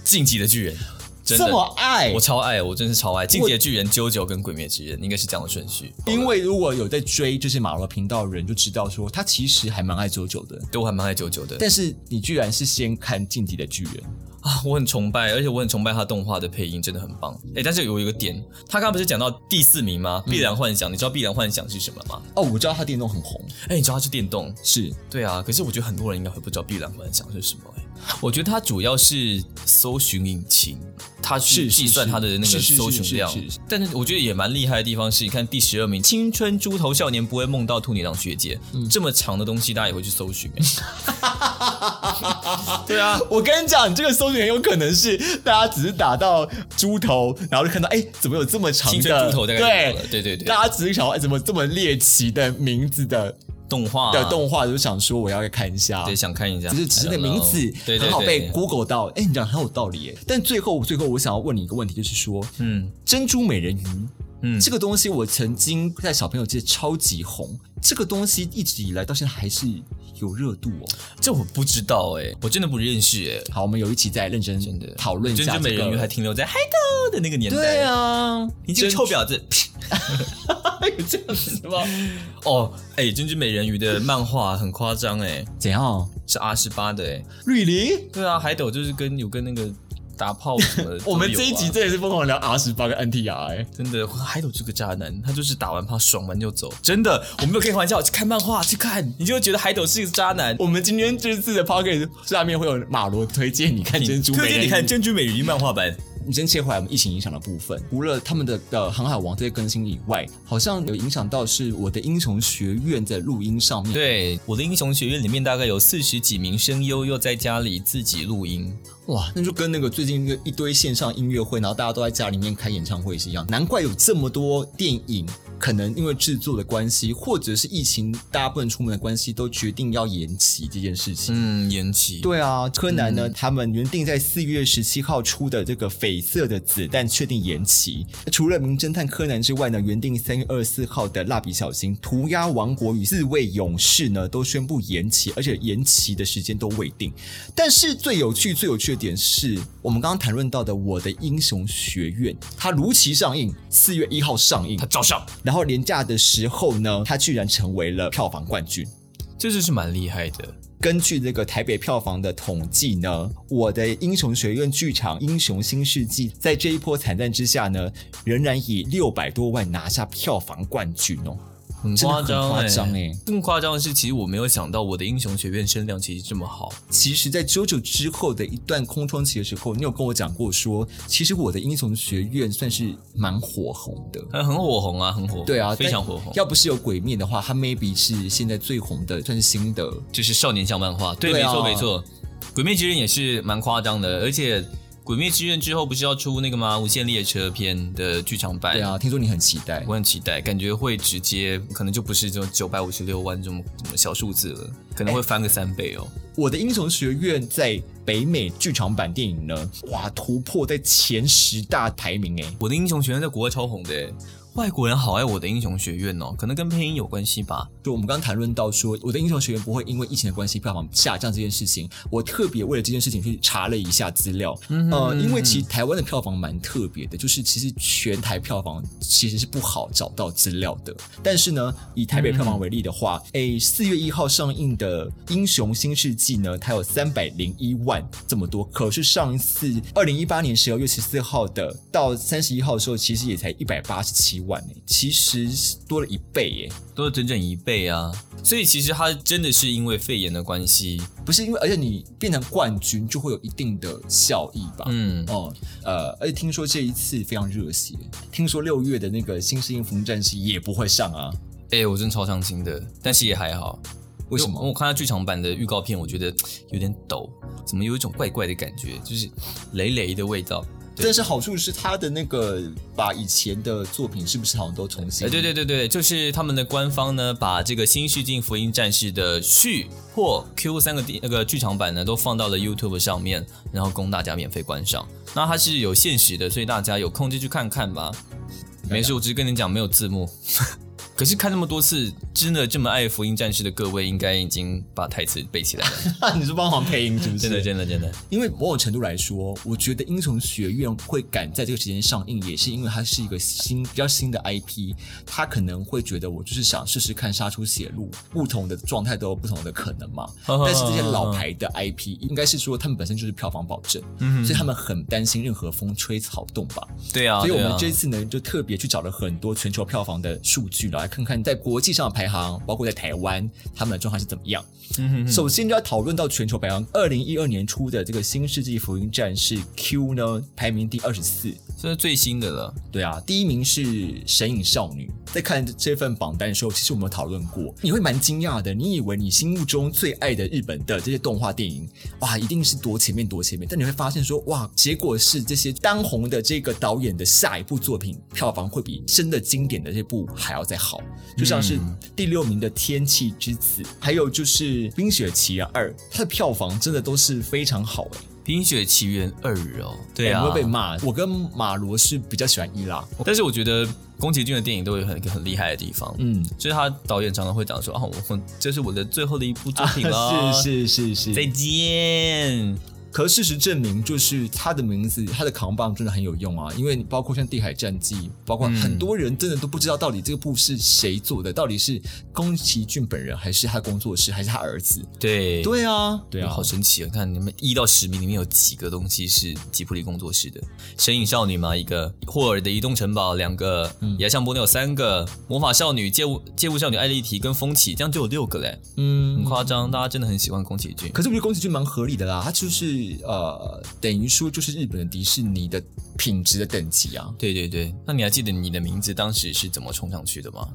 [SPEAKER 4] 晋级的巨人，真
[SPEAKER 5] 这
[SPEAKER 4] 的。
[SPEAKER 5] 么爱
[SPEAKER 4] 我。超爱，我真是超爱《进击的巨人》、《啾啾》跟《鬼灭之刃》，应该是这样的顺序，
[SPEAKER 5] 因为如果有在追就是马罗频道的人就知道说，他其实还蛮爱 JoJo 的。
[SPEAKER 4] 对我还蛮爱啾啾的。
[SPEAKER 5] 但是你居然是先看《晋级的巨人》，
[SPEAKER 4] 啊，我很崇拜，而且我很崇拜他动画的配音，真的很棒。哎，但是有一个点，他刚刚不是讲到第四名吗？必然幻想，你知道必然幻想是什么吗？
[SPEAKER 5] 哦，我知道他电动很红，
[SPEAKER 4] 哎，你知道它是电动，
[SPEAKER 5] 是
[SPEAKER 4] 对啊，可是我觉得很多人应该会不知道碧蓝幻想是什么、欸。我觉得它主要是搜寻引擎，它去
[SPEAKER 5] 是是
[SPEAKER 4] 计算它的那个
[SPEAKER 5] 是是
[SPEAKER 4] 搜寻量
[SPEAKER 5] 是是是是。
[SPEAKER 4] 但是我觉得也蛮厉害的地方是，你看第十二名《青春猪头少年不会梦到兔女郎学姐》
[SPEAKER 5] 嗯
[SPEAKER 4] 这么长的东西，大家也会去搜
[SPEAKER 5] (laughs)
[SPEAKER 4] 寻、欸。对啊，
[SPEAKER 5] 我跟你讲，你这个搜寻很有可能是大家只是打到猪头，然后就看到哎，怎么有这么长
[SPEAKER 4] 青春
[SPEAKER 5] 的
[SPEAKER 4] 猪头大概
[SPEAKER 5] (laughs) 对
[SPEAKER 4] 就有了对对对
[SPEAKER 5] 大家只是想说哎，怎么这么猎奇的名字的
[SPEAKER 4] 动画、啊、
[SPEAKER 5] 的，动画，就想说我要看一下。
[SPEAKER 4] 对，想看一下，
[SPEAKER 5] 只是只是那
[SPEAKER 4] I
[SPEAKER 5] 个
[SPEAKER 4] don't
[SPEAKER 5] 名
[SPEAKER 4] know
[SPEAKER 5] 字
[SPEAKER 4] 对对
[SPEAKER 5] 很好被
[SPEAKER 4] 对
[SPEAKER 5] Google 到，哎，你讲得很有道理耶。但最后最后，我想要问你一个问题，就是说，
[SPEAKER 4] 嗯
[SPEAKER 5] 珍珠美人鱼，
[SPEAKER 4] 嗯，
[SPEAKER 5] 这个东西我曾经在小朋友界超级红，这个东西一直以来到现在还是有热度哦。
[SPEAKER 4] 这我不知道哎、我真的不认识哎、
[SPEAKER 5] 好，我们有一期再认真
[SPEAKER 4] 真的
[SPEAKER 5] 讨论一
[SPEAKER 4] 珍
[SPEAKER 5] 下、
[SPEAKER 4] 珠
[SPEAKER 5] 这个、
[SPEAKER 4] 美人鱼还停留在海斗的那个年代，
[SPEAKER 5] 对
[SPEAKER 4] (laughs)
[SPEAKER 5] 啊，
[SPEAKER 4] 你这个臭婊子！有这样子吗？哦，哎、珍珠美人鱼的漫画很夸张哎，
[SPEAKER 5] 怎样？
[SPEAKER 4] 是 R 十八的哎。
[SPEAKER 5] 瑞林，
[SPEAKER 4] 对啊，海斗就是跟有跟那个打炮什么的都有啊、
[SPEAKER 5] (laughs) 我们这一集真的是疯狂聊 R 十八跟 NTR，、哎，
[SPEAKER 4] 真的海斗是个渣男，他就是打完炮爽完就走。真的，我没有开玩笑，去看漫画去看，你就会觉得海斗是一个渣男。
[SPEAKER 5] 我们今天这次的 p o c k e t 下面会有马罗嗯推荐你看珍珠美人鱼，
[SPEAKER 4] 推荐你看《珍珠美人鱼》漫画版，
[SPEAKER 5] 你先切回来我们疫情影响的部分，除了他们的呃航海王这些更新以外，好像有影响到是我的英雄学院在录音上面。
[SPEAKER 4] 对，我的英雄学院里面大概有四十几名声优，又在家里自己录音，
[SPEAKER 5] 哇，那就跟那个最近一个一堆线上音乐会，然后大家都在家里面开演唱会是一样，难怪有这么多电影可能因为制作的关系，或者是疫情大家不能出门的关系，都决定要延期这件事情。
[SPEAKER 4] 嗯，延期。
[SPEAKER 5] 对啊，柯南呢？他们原定在四月十七号出的这个绯色的子弹确定延期。除了名侦探柯南之外呢，原定三月二十四号的蜡笔小新、涂鸦王国与自卫勇士呢，都宣布延期，而且延期的时间都未定。但是最有趣、最有趣的点是我们刚刚谈论到的《我的英雄学院》，它如期上映，四月一号上映
[SPEAKER 4] 他。照相，
[SPEAKER 5] 然后廉价的时候呢，它居然成为了票房冠军。
[SPEAKER 4] 这就是蛮厉害的。
[SPEAKER 5] 根据这个台北票房的统计呢，我的英雄学院剧场《英雄新世纪》在这一波惨淡之下呢，仍然以六百多万拿下票房冠军哦，
[SPEAKER 4] 很
[SPEAKER 5] 真的很夸张
[SPEAKER 4] 欸
[SPEAKER 5] 哎。
[SPEAKER 4] 更夸张的是，其实我没有想到我的英雄学院声量其实这么好。
[SPEAKER 5] 其实，在 JoJo 之后的一段空窗期的时候，你有跟我讲过说，其实我的英雄学院算是蛮火红的。
[SPEAKER 4] 很很火红啊，很火红，
[SPEAKER 5] 对啊，
[SPEAKER 4] 非常
[SPEAKER 5] 但
[SPEAKER 4] 火红。
[SPEAKER 5] 要不是有鬼灭的话，它 maybe 是现在最红的，算是新的。
[SPEAKER 4] 就是少年向漫画，对，
[SPEAKER 5] 对
[SPEAKER 4] 没
[SPEAKER 5] 啊
[SPEAKER 4] 错没错。鬼灭之刃也是蛮夸张的，而且鬼灭之刃之后不是要出那个吗？无限列车篇的剧场版，
[SPEAKER 5] 对啊，听说你很期待
[SPEAKER 4] 我。很期待，感觉会直接可能就不是这种九百五十六万这种这种小数字了，可
[SPEAKER 5] 哎
[SPEAKER 4] 能会翻个三倍哦。
[SPEAKER 5] 我的英雄学院在北美剧场版电影呢，哇，突破在前十大排名哎。
[SPEAKER 4] 我的英雄学院在国外超红的耶，外国人好爱我的英雄学院哦，可能跟配音有关系吧。
[SPEAKER 5] 就我们刚刚谈论到说，我的英雄学院不会因为疫情的关系票房下降这件事情，我特别为了这件事情去查了一下资料。呃，因为其实台湾的票房蛮特别的，就是其实全台票房其实是不好找到资料的。但是呢，以台北票房为例的话，诶、四月一号上映的《英雄新世纪》呢，它有三百零一万这么多，可是上一次二零一八年十二月十四号的到三十一号的时候，其实也才一百八十七万、诶，其实是多了一倍耶、
[SPEAKER 4] 都是整整一倍啊！所以其实他真的是因为肺炎的关系，
[SPEAKER 5] 不是因为，而且你变成冠军就会有一定的效益吧？
[SPEAKER 4] 嗯，
[SPEAKER 5] 哦，呃，而且听说这一次非常热血，听说六月的那个《新世纪福音战士》也不会上啊？
[SPEAKER 4] 哎、我真超伤心的，但是也还好。
[SPEAKER 5] 为什
[SPEAKER 4] 因我
[SPEAKER 5] 么？
[SPEAKER 4] 看他剧场版的预告片，我觉得有点抖，怎么有一种怪怪的感觉，就是雷雷的味道。对
[SPEAKER 5] 但是好处是他的那个把以前的作品是不是好像都重新？ (laughs)
[SPEAKER 4] 哎，对对对对，就是他们的官方呢，把这个《新世纪福音战士》的续或 Q 三个地那个剧场版呢，都放到了 YouTube 上面，然后供大家免费观赏。那它是有限时的，所以大家有空就去看看吧。没事，我只是跟你讲没有字幕， (laughs) 可是看那么多次，真的这么爱福音战士的各位，应该已经把台词背起来了。 (laughs)
[SPEAKER 5] 你是帮忙配音是不是？
[SPEAKER 4] 真的，真的，真的。
[SPEAKER 5] 因为某种程度来说，我觉得《英雄学院》会赶在这个时间上映，也是因为它是一个新、比较新的 IP，它可能会觉得我就是想试试看杀出血路，不同的状态都有不同的可能嘛。
[SPEAKER 4] 嗯
[SPEAKER 5] 但是这些老牌的 IP 应该是说他们本身就是票房保证，
[SPEAKER 4] 嗯
[SPEAKER 5] 所以他们很担心任何风吹草动吧。
[SPEAKER 4] (laughs) 对啊，
[SPEAKER 5] 所以我
[SPEAKER 4] 对
[SPEAKER 5] 们
[SPEAKER 4] 啊
[SPEAKER 5] 这次呢，就特别去找了很多全球票房的数据，来看看在国际上的排行，包括在台湾他们的状况是怎么样。
[SPEAKER 4] 嗯
[SPEAKER 5] 首先就要讨论到全球排行，二零一二年出的这个《新世纪福音战士 Q》呢，排名第二十四。
[SPEAKER 4] 这是最新的了。
[SPEAKER 5] 对啊，第一名是《神隐少女》。在看这份榜单的时候，其实我们有讨论过，你会蛮惊讶的。你以为你心目中最爱的日本的这些动画电影，哇，一定是多前面多前面，但你会发现说，哇，结果是这些当红的这个导演的下一部作品票房会比真的经典的这部还要再好。就像是
[SPEAKER 4] 嗯
[SPEAKER 5] 第六名的《天气之子》，还有就是《冰雪奇缘二》，它的票房真的都是非常好诶、
[SPEAKER 4] 《冰雪奇缘二》哦，对
[SPEAKER 5] 我
[SPEAKER 4] 啊
[SPEAKER 5] 们，会被骂。我跟马罗是比较喜欢伊拉，
[SPEAKER 4] 但是我觉得宫崎骏的电影都有很很厉害的地方，
[SPEAKER 5] 嗯。
[SPEAKER 4] 就是他导演常常会讲说啊，我我这是我的最后的一部作品了，
[SPEAKER 5] (laughs) 是是是
[SPEAKER 4] 再
[SPEAKER 5] 是。
[SPEAKER 4] 见。
[SPEAKER 5] 可事实证明，就是他的名字，他的扛棒真的很有用啊！因为你包括像《地海战记》，包括很多人真的都不知道到底这个部是谁做的，到底是宫崎骏本人，还是他工作室，还是他儿子？
[SPEAKER 4] 对
[SPEAKER 5] 对啊，对
[SPEAKER 4] 好神奇啊！你看你们一到十名里面有几个东西是吉卜力工作室的，《神隐少女》嘛，一个霍尔的《移动城堡》两个，
[SPEAKER 5] 嗯
[SPEAKER 4] 牙像波妞有三个，《魔法少女》《借物借物少女》艾丽缇跟风起，这样就有六个嘞，很
[SPEAKER 5] 嗯。
[SPEAKER 4] 夸张。大家真的很喜欢宫崎骏。
[SPEAKER 5] 可是我觉得宫崎骏蛮合理的啦，他就是呃，等于说就是日本的迪士尼的品质的等级啊，
[SPEAKER 4] 对对对，那你还记得你的名字当时是怎么冲上去的吗？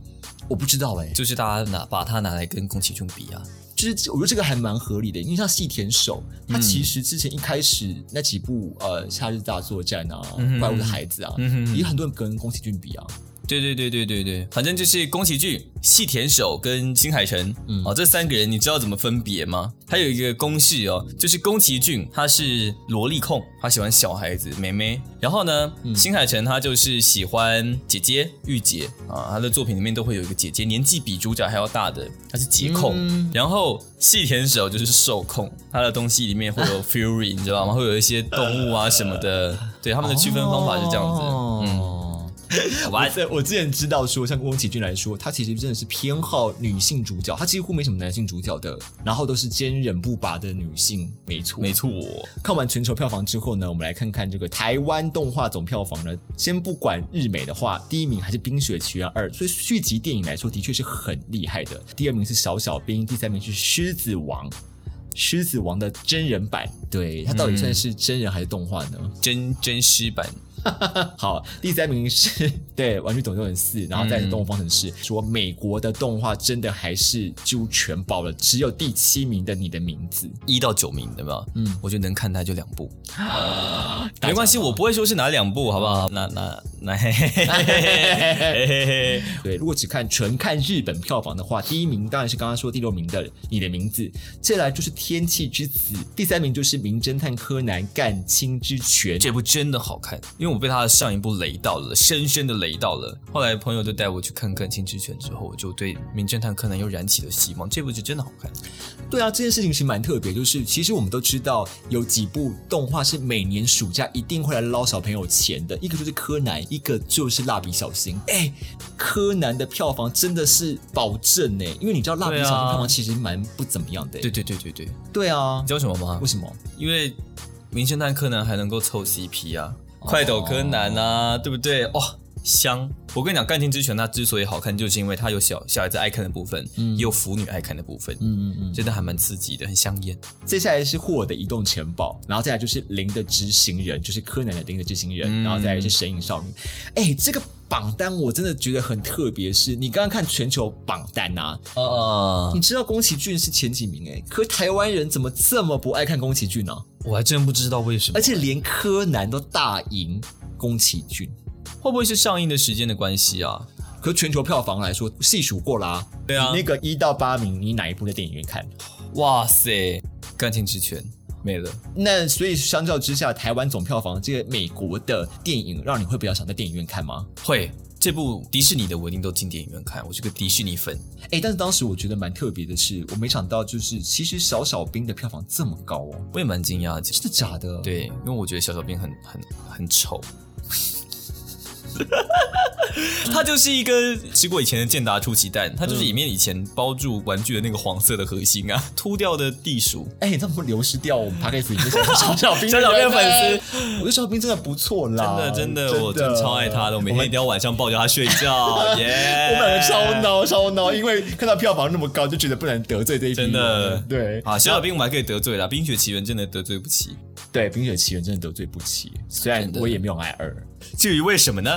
[SPEAKER 5] 我不知道哎、
[SPEAKER 4] 就是大家拿把它拿来跟宫崎骏比啊，
[SPEAKER 5] 就是我觉得这个还蛮合理的，因为像细田守，他其实之前一开始那几部呃《夏日大作战》啊，
[SPEAKER 4] 嗯
[SPEAKER 5] 怪物的孩子》啊，
[SPEAKER 4] 嗯哼
[SPEAKER 5] 也很多人跟宫崎骏比啊，
[SPEAKER 4] 对对对对对对，反正就是宫崎骏、细田守跟新海诚，
[SPEAKER 5] 嗯
[SPEAKER 4] 哦，这三个人你知道怎么分别吗？还有一个公式哦，就是宫崎骏他是萝莉控，他喜欢小孩子妹妹，然后呢，
[SPEAKER 5] 嗯
[SPEAKER 4] 新海诚他就是喜欢姐姐御姐啊，他的作品里面都会有一个姐姐，年纪比主角还要大的，他是姐控，
[SPEAKER 5] 嗯
[SPEAKER 4] 然后细田守就是受控，他的东西里面会有 fury，、你知道吗？会有一些动物啊什么的，对他们的区分方法是这样子，嗯，
[SPEAKER 5] (laughs) 哦、
[SPEAKER 4] 好吧
[SPEAKER 5] 我。在我之前知道说，像宫崎骏来说，他其实真的是偏好女性主角，他几乎没什么男性主角的，然后都是坚韧不拔的女性，没错，
[SPEAKER 4] 没错，
[SPEAKER 5] 看完全球票房之后呢，我们来看看这个台湾动画总票房呢。先不管日美的话，第一名还是《冰雪奇缘二》，所以续集电影来说的确是很厉害的。第二名是《小小兵》，第三名是《狮子王》。狮子王的真人版，对它到底算是真人还是动画呢？
[SPEAKER 4] 真真尸版，
[SPEAKER 5] 好，第三名是对《玩具总动员四》，然后再是《动物方程式》说美国的动画真的还是几乎全包了，只有第七名的《你的名字》
[SPEAKER 4] 一到九名，对吧？
[SPEAKER 5] 嗯
[SPEAKER 4] 嗯，我觉得能看它就两 (gasps) 部，没关系，我不会说是哪两部，好不好？那那 (laughs) 那，嘿嘿嘿嘿嘿嘿
[SPEAKER 5] 对，如果只看纯看日本票房的话，第一名当然是刚刚说第六名的《你的名字》，接下来就是《天气之子》，第三名就是《名侦探柯南：干青之拳》。
[SPEAKER 4] 这部真的好看，因为我被他的上一部雷到了，深深的雷到了。后来朋友就带我去看《感情之犬》之后，我就对《名侦探柯南》又燃起了希望。这部剧真的好看，
[SPEAKER 5] 对啊，这件事情其实蛮特别，就是其实我们都知道有几部动画是每年暑假一定会来捞小朋友钱的，一个就是柯南，一个就是蜡笔小新。哎，柯南的票房真的是保证呢，因为你知道蜡笔小新
[SPEAKER 4] 对啊
[SPEAKER 5] 票房其实蛮不怎么样的。欸
[SPEAKER 4] 对对对对对，你
[SPEAKER 5] 对啊
[SPEAKER 4] 知，道为什么吗
[SPEAKER 5] 为？什么？
[SPEAKER 4] 因为《名侦探柯南》还能够凑 CP 啊，快斗柯南啊，对不对？哦，香！我跟你讲，《干情之拳》它之所以好看，就是因为它有小小孩子爱看的部分，也有腐女爱看的部分，
[SPEAKER 5] 嗯嗯嗯。
[SPEAKER 4] 真的还蛮刺激的，很香艳。
[SPEAKER 5] 接下来是霍尔的移动城堡，然后再来就是零的执行人，就是柯南的零的执行人，
[SPEAKER 4] 嗯
[SPEAKER 5] 然后再来是神隐少女。哎，这个榜单我真的觉得很特别，是你刚刚看全球榜单啊，
[SPEAKER 4] 啊、
[SPEAKER 5] 你知道宫崎骏是前几名哎，可台湾人怎么这么不爱看宫崎骏呢、
[SPEAKER 4] 我还真不知道为什么
[SPEAKER 5] 而，且连柯南都大赢宫崎骏。
[SPEAKER 4] 会不会是上映的时间的关系啊？
[SPEAKER 5] 可全球票房来说，细数过啦、
[SPEAKER 4] 对啊
[SPEAKER 5] 你那个一到八名，你哪一部在电影院看？
[SPEAKER 4] 哇塞，《干情之拳》没了。
[SPEAKER 5] 那所以相较之下，台湾总票房这个美国的电影，让你会比较想在电影院看吗？
[SPEAKER 4] 会。这部迪士尼的我一定都进电影院看，我是个迪士尼粉。
[SPEAKER 5] 哎，但是当时我觉得蛮特别的是，我没想到就是其实小小兵的票房这么高哦，
[SPEAKER 4] 我也蛮惊讶，其实
[SPEAKER 5] 真的假的？，
[SPEAKER 4] 对，因为我觉得小小兵很很很 (laughs) 丑。它就是一个吃过以前的健达出奇蛋，它就是里面以前包住玩具的那个黄色的核心啊， (laughs) 秃掉的地鼠。
[SPEAKER 5] 哎，你这么流失掉我们 p a c k a g 这些
[SPEAKER 4] (laughs)
[SPEAKER 5] 小小兵
[SPEAKER 4] 小
[SPEAKER 5] 的
[SPEAKER 4] 小兵
[SPEAKER 5] 人
[SPEAKER 4] 粉丝
[SPEAKER 5] 哎，我觉得小小兵真的不错
[SPEAKER 4] 真
[SPEAKER 5] 啦，
[SPEAKER 4] 的真的，我真的超爱他的，我每天一定要晚上抱着他睡 (laughs) 觉，耶！
[SPEAKER 5] 我们两个超孬超孬，因为看到票房那么高，就觉得不能得罪这一批
[SPEAKER 4] 真的
[SPEAKER 5] 人对
[SPEAKER 4] 啊，小小兵我们还可以得罪啦，《冰雪奇缘》真的得罪不起。
[SPEAKER 5] 对，《冰雪奇缘》真的得罪不起，虽然我也没有爱二，
[SPEAKER 4] 至于为什么呢？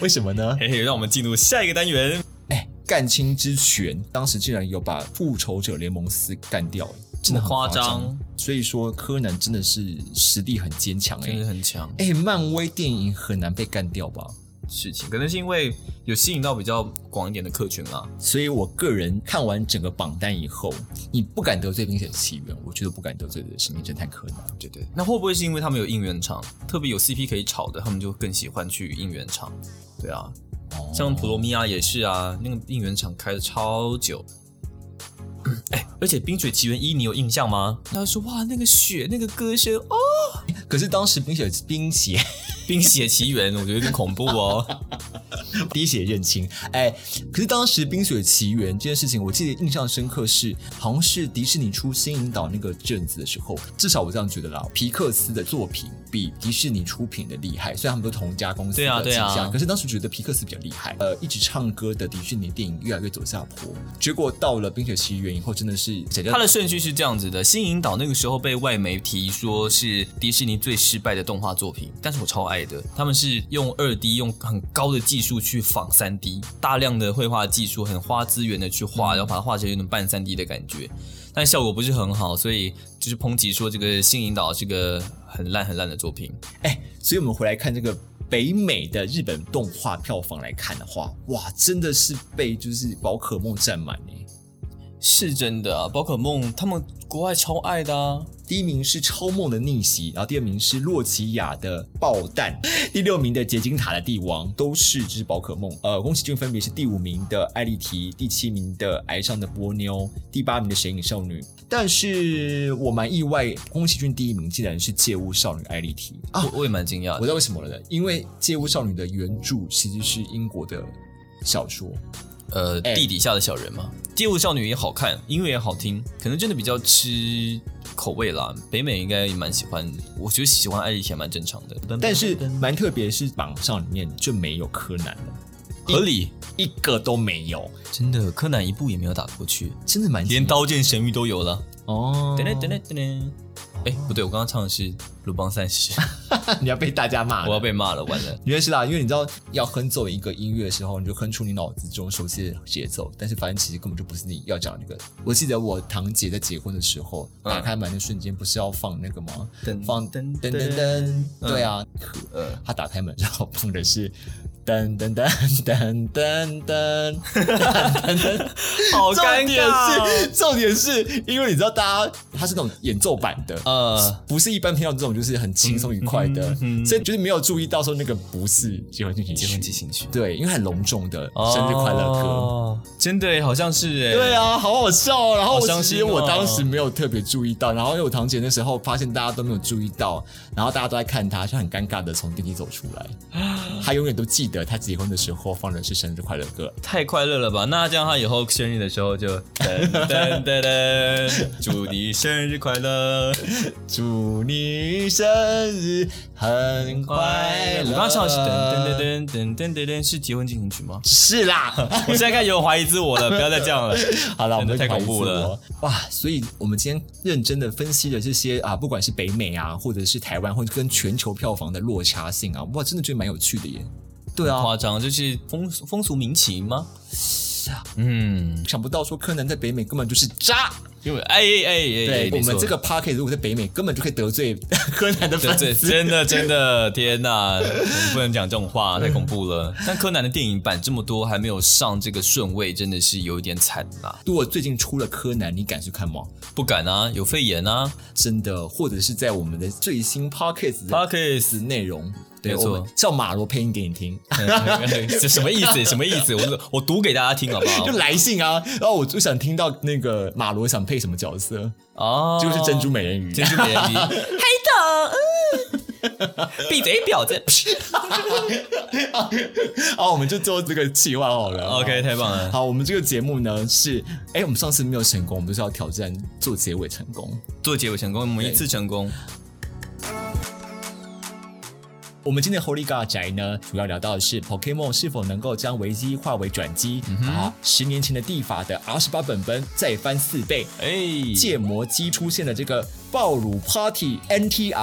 [SPEAKER 5] 为什么呢？
[SPEAKER 4] 嘿嘿，让我们进入下一个单元。
[SPEAKER 5] 哎，干青之拳当时竟然有把复仇者联盟四干掉，哎真的很夸
[SPEAKER 4] 这么夸
[SPEAKER 5] 张
[SPEAKER 4] 张。
[SPEAKER 5] 所以说，柯南真的是实力很坚强哎
[SPEAKER 4] 真的。很强
[SPEAKER 5] 哎，漫威电影很难被干掉吧？
[SPEAKER 4] 事情，可能是因为有吸引到比较广一点的客群啊啦。
[SPEAKER 5] 所以我个人看完整个榜单以后，你不敢得罪《冰雪奇缘》，我觉得不敢得罪的是《神秘侦探柯南》。
[SPEAKER 4] 对对，那会不会是因为他们有应援场，特别有 CP 可以炒的，他们就更喜欢去应援场？对啊，像普罗米亚也是啊，那个应援场开的超久。 (clears throat) 哎，而且《冰雪奇缘一》你有印象吗？他说哇，那个雪，那个歌声哦，
[SPEAKER 5] 可是当时《冰雪冰鞋》
[SPEAKER 4] 《冰雪奇缘》我觉得有点恐怖哦。
[SPEAKER 5] 滴血认亲。哎，可是当时《冰雪奇缘》这件事情，我记得印象深刻是，好像是迪士尼出新引导那个阵子的时候，至少我这样觉得啦。皮克斯的作品比迪士尼出品的厉害，虽然他们都同家公司
[SPEAKER 4] 对啊
[SPEAKER 5] 的旗下，
[SPEAKER 4] 对啊
[SPEAKER 5] 可是当时觉得皮克斯比较厉害。呃，一直唱歌的迪士尼电影越来越走下坡，结果到了《冰雪奇缘》以后，真的是谁叫
[SPEAKER 4] 它的顺序是这样子的：新引导那个时候被外媒提说是迪士尼最失败的动画作品，但是我超爱的。他们是用二 D 用很高的技术去仿三 D，大量的绘画技术，很花资源的去画，然后把它画成有点半三 D 的感觉，但效果不是很好，所以就是抨击说这个新引导是个很烂很烂的作品。
[SPEAKER 5] 哎，所以我们回来看这个北美的日本动画票房来看的话，哇，真的是被就是宝可梦占满哎。
[SPEAKER 4] 是真的啊，宝可梦他们国外超爱的啊。
[SPEAKER 5] 第一名是超梦的逆袭，然后第二名是洛奇亚的爆弹，第六名的结晶塔的帝王都是只宝可梦。呃，宫崎骏分别是第五名的艾丽缇，第七名的崖上的波妞，第八名的神隐少女。但是我蛮意外，宫崎骏第一名竟然是借屋少女艾丽缇啊！
[SPEAKER 4] 我我也蛮惊讶
[SPEAKER 5] 我
[SPEAKER 4] 的
[SPEAKER 5] 知。道为什么了呢，因为借屋少女的原著其实是英国的小说，
[SPEAKER 4] 呃，
[SPEAKER 5] 哎
[SPEAKER 4] 地底下的小人嘛，《街舞少女》也好看，音乐也好听，可能真的比较吃口味啦。北美应该也蛮喜欢，我觉得喜欢艾丽也蛮正常的，
[SPEAKER 5] 但是蛮特别，是榜上里面就没有柯南了，
[SPEAKER 4] 合理。
[SPEAKER 5] 一个都没有，
[SPEAKER 4] 真的，柯南一部也没有打过去，
[SPEAKER 5] 真的蛮
[SPEAKER 4] 连
[SPEAKER 5] 惊讶
[SPEAKER 4] 刀剑神域都有了。
[SPEAKER 5] 哦
[SPEAKER 4] 噔噔噔噔噔噔，哎，不对，我刚刚唱的是《鲁邦三世》，
[SPEAKER 5] (laughs) 你要被大家骂了，
[SPEAKER 4] 我要被骂了，完了。
[SPEAKER 5] 原来是啦，因为你知道要哼奏一个音乐的时候，你就哼出你脑子中熟悉的节奏，但是发现其实根本就不是你要讲的那个。我记得我堂姐在结婚的时候，
[SPEAKER 4] 嗯
[SPEAKER 5] 打开门的瞬间不是要放那个吗？
[SPEAKER 4] 噔
[SPEAKER 5] 放噔噔噔噔，对啊，可呃，她打开门然后放的是。噔噔噔噔噔噔， (laughs)
[SPEAKER 4] 好
[SPEAKER 5] 重
[SPEAKER 4] 尴
[SPEAKER 5] 点
[SPEAKER 4] 尬。啊
[SPEAKER 5] 是重点是，因为你知道，大家它是那种演奏版的，
[SPEAKER 4] 呃，
[SPEAKER 5] 不是一般听到这种就是很轻松愉快
[SPEAKER 4] 嗯
[SPEAKER 5] 的，所以就是没有注意到说那个不是结婚进行曲，
[SPEAKER 4] 结婚进行曲，
[SPEAKER 5] 对，因为很隆重的 (laughs) 生日快乐歌。
[SPEAKER 4] 哦，呃真的耶好像是哎，
[SPEAKER 5] 对
[SPEAKER 4] 啊，
[SPEAKER 5] 啊，好好笑哦！然后
[SPEAKER 4] 好
[SPEAKER 5] 我
[SPEAKER 4] 伤
[SPEAKER 5] 其
[SPEAKER 4] 心
[SPEAKER 5] 实我
[SPEAKER 4] 哦
[SPEAKER 5] 当时没有特别注意到，然后因为我堂姐那时候发现大家都没有注意到，然后大家都在看她，就很尴尬的从电梯走出
[SPEAKER 4] (gasps)
[SPEAKER 5] 来。她永远都记得她结婚的时候放的是生日快乐歌，
[SPEAKER 4] 太快乐了吧？那这样他以后生日的时候就噔噔噔噔，祝你生日快乐！
[SPEAKER 5] 祝你生日很快
[SPEAKER 4] 我
[SPEAKER 5] 乐。？
[SPEAKER 4] 刚刚唱的是噔噔噔噔噔噔噔，是结婚进行曲吗
[SPEAKER 5] 是啦。
[SPEAKER 4] 我现在开始有怀疑自我了，不要再这 (laughs) 样了。
[SPEAKER 5] 好了，我
[SPEAKER 4] 真
[SPEAKER 5] 们
[SPEAKER 4] 的
[SPEAKER 5] 就
[SPEAKER 4] 太恐怖了
[SPEAKER 5] 哇！所以我们今天认真的分析了这些啊，不管是北美啊，或者是台湾，或者跟全球票房的落差性啊，哇，真的觉得蛮有趣的耶。对啊，
[SPEAKER 4] 夸张，就是风俗风俗民情吗？嗯，
[SPEAKER 5] 想不到说柯南在北美根本就是渣。
[SPEAKER 4] 因为哎哎哎哎，
[SPEAKER 5] 我
[SPEAKER 4] 没错
[SPEAKER 5] 们这个 p a r k e t 如果在北美根本就可以
[SPEAKER 4] (laughs)
[SPEAKER 5] 得罪柯南的
[SPEAKER 4] 对
[SPEAKER 5] 粉
[SPEAKER 4] 对，
[SPEAKER 5] 丝。
[SPEAKER 4] 真的真的，天 (laughs) 哪，我们不能讲这种话，太恐怖了。但柯南的电影版这么多还没有上这个顺位，真的是有一点惨呐、
[SPEAKER 5] 如果最近出了柯南，你敢去看吗？
[SPEAKER 4] 不敢啊，有肺炎啊。
[SPEAKER 5] 真的，或者是在我们的最新 p o c k e t
[SPEAKER 4] Parkes
[SPEAKER 5] 内容，对，
[SPEAKER 4] 没
[SPEAKER 5] 我
[SPEAKER 4] 错
[SPEAKER 5] 们叫马罗配音给你听，
[SPEAKER 4] (laughs) 这什么意思？什么意思？我我读给大家听好不好
[SPEAKER 5] (laughs) 就？来信啊。然后我就想听到那个马罗想配什么角色，
[SPEAKER 4] (laughs) 哦，
[SPEAKER 5] 就是珍珠美人鱼。
[SPEAKER 4] 珍珠美人鱼， (laughs) 黑的，嗯，闭嘴， (laughs) 婊子。
[SPEAKER 5] 哦好，我们就做这个计划好了。
[SPEAKER 4] 哦 OK，太棒了，
[SPEAKER 5] 好，我们这个节目呢是，哎，我们上次没有成功，我们就是要挑战做结尾成功。
[SPEAKER 4] 做结尾成功，我们一次成功。
[SPEAKER 5] 我们今天的 Holy God 宅呢，主要聊到的是 Pokemon 是否能够将危机化为转机，
[SPEAKER 4] 嗯
[SPEAKER 5] 然后十年前的地法的 R 十八本本再翻四倍，
[SPEAKER 4] 哎，
[SPEAKER 5] 界魔机出现的这个爆乳 Party NTR、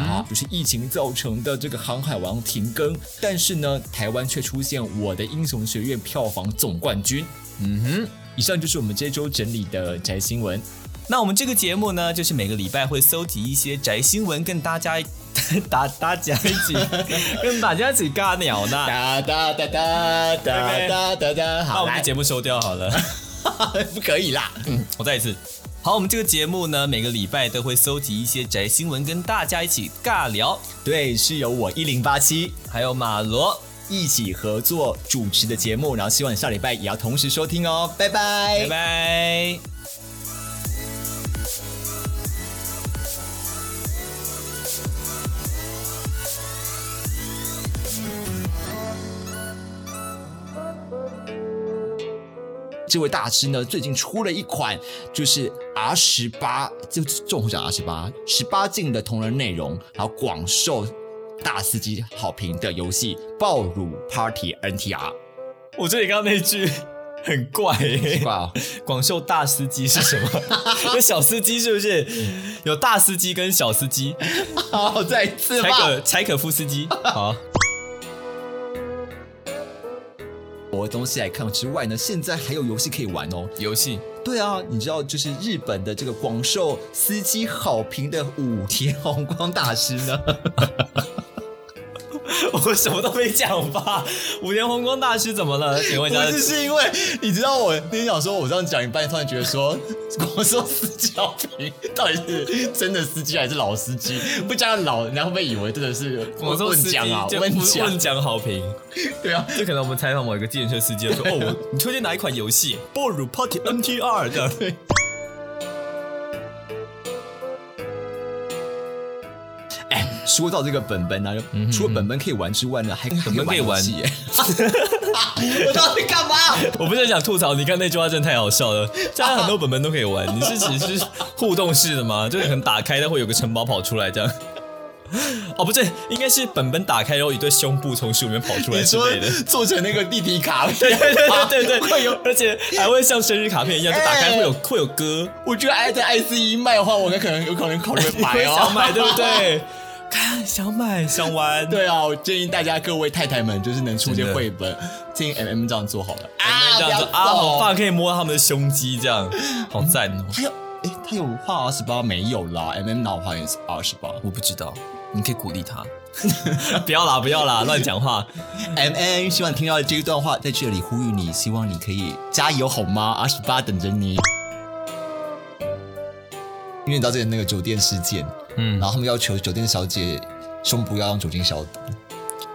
[SPEAKER 5] 啊，就是疫情造成的这个航海王停更，但是呢，台湾却出现我的英雄学院票房总冠军。
[SPEAKER 4] 嗯哼。
[SPEAKER 5] 以上就是我们这周整理的宅新闻。
[SPEAKER 4] 那我们这个节目呢，就是每个礼拜会搜集一些宅新闻，跟大家 (laughs) 大大家一起 (laughs) 跟大家一起尬聊 (laughs) 呢。
[SPEAKER 5] 哒哒哒哒哒哒哒哒，
[SPEAKER 4] 把
[SPEAKER 5] 好
[SPEAKER 4] 我们的
[SPEAKER 5] 来，
[SPEAKER 4] 节目收掉好了，
[SPEAKER 5] (laughs) 不可以啦。
[SPEAKER 4] 我再一次。好，我们这个节目呢，每个礼拜都会搜集一些宅新闻，跟大家一起尬聊。
[SPEAKER 5] 对，是由我一零八七
[SPEAKER 4] 还有马罗，
[SPEAKER 5] 一起合作主持的节目，然后希望你下礼拜也要同时收听哦，拜拜
[SPEAKER 4] 拜拜。
[SPEAKER 5] 这位大师呢，最近出了一款就是 R 十八，就纵是 R 十八十八禁的同人内容，然后广受大司机好评的游戏《爆乳 Party NTR
[SPEAKER 4] 我这里刚刚那句很怪、》，欸，
[SPEAKER 5] 哇，
[SPEAKER 4] 广受大司机是什 (laughs) 么？有小司机是不是？有大司机跟小司机，
[SPEAKER 5] 好，哦再一次
[SPEAKER 4] 柴
[SPEAKER 5] 吧。
[SPEAKER 4] 可柴可夫斯基。好，
[SPEAKER 5] 我的东西来看之外呢，现在还有游戏可以玩哦。
[SPEAKER 4] 游戏
[SPEAKER 5] 对啊，你知道就是日本的这个广受司机好评的武田宏光大师呢，
[SPEAKER 4] (laughs) 我什么都没讲吧？五年红光大师怎么了？请问一
[SPEAKER 5] 不
[SPEAKER 4] 下，
[SPEAKER 5] 是是因为你知道我那天想说，我这样讲一半，突然觉得说 (laughs) 广受司机好评到底是真的司机还是老司机？不加上老，人家会不会以为真的是
[SPEAKER 4] 广州
[SPEAKER 5] 问
[SPEAKER 4] 司机
[SPEAKER 5] 讲啊？
[SPEAKER 4] 就
[SPEAKER 5] 问
[SPEAKER 4] 问
[SPEAKER 5] 讲，
[SPEAKER 4] 讲好评，
[SPEAKER 5] (laughs) 对啊，
[SPEAKER 4] 就可能我们采访某一个计程车司机
[SPEAKER 5] (laughs)
[SPEAKER 4] 说：“哦，我你推荐哪一款游戏？《暴乳 Party NTR》这样。”
[SPEAKER 5] 哎，说到这个本本呢、除了本本可以玩之外呢，还本
[SPEAKER 4] 本可以玩
[SPEAKER 5] 游戏耶
[SPEAKER 4] (laughs)
[SPEAKER 5] 我到底干嘛？
[SPEAKER 4] 我不是想吐槽，你看那句话真的太好笑了。现在很多本本都可以
[SPEAKER 5] (laughs)
[SPEAKER 4] 玩，你是只是互动式的吗？就是可能打开，它会有个城堡跑出来这样。哦，不对，应该是本本打开，然后一对胸部从树里面跑出来
[SPEAKER 5] 你
[SPEAKER 4] 之
[SPEAKER 5] 说啊
[SPEAKER 4] 类的。
[SPEAKER 5] 做成那个地题卡片，
[SPEAKER 4] 对对对对对，会有，而且还会像生日卡片一样，就打开
[SPEAKER 5] 哎
[SPEAKER 4] 会有会有歌，
[SPEAKER 5] (laughs) 我觉得爱在爱思一卖的话，我可能有可能考虑
[SPEAKER 4] 你
[SPEAKER 5] 买
[SPEAKER 4] 会
[SPEAKER 5] (laughs) 哦。
[SPEAKER 4] 想买对不
[SPEAKER 5] (laughs)
[SPEAKER 4] 对？看想买想玩，
[SPEAKER 5] 对啊，我建议大家各位太太们，就是能出一
[SPEAKER 4] 真
[SPEAKER 5] 些
[SPEAKER 4] 的
[SPEAKER 5] 绘本，建议 M M 这样做好了。
[SPEAKER 4] 这样子
[SPEAKER 5] 不
[SPEAKER 4] 啊，
[SPEAKER 5] 要走
[SPEAKER 4] 好棒，可以摸到他们的胸肌，这样好赞
[SPEAKER 5] (laughs)
[SPEAKER 4] 哦。
[SPEAKER 5] 他有哎，他有画二十八没有啦？M M 哪有画二十八
[SPEAKER 4] 我不知道，你可以鼓励他。不要啦，不要 (laughs) 啦，乱讲话。
[SPEAKER 5] ？M M 希望听到这一段话，在这里呼吁你，希望你可以加油好吗？二十八等着你。因为你知道之前那个酒店事件，
[SPEAKER 4] 嗯
[SPEAKER 5] 然后他们要求酒店小姐胸部要用酒精消毒，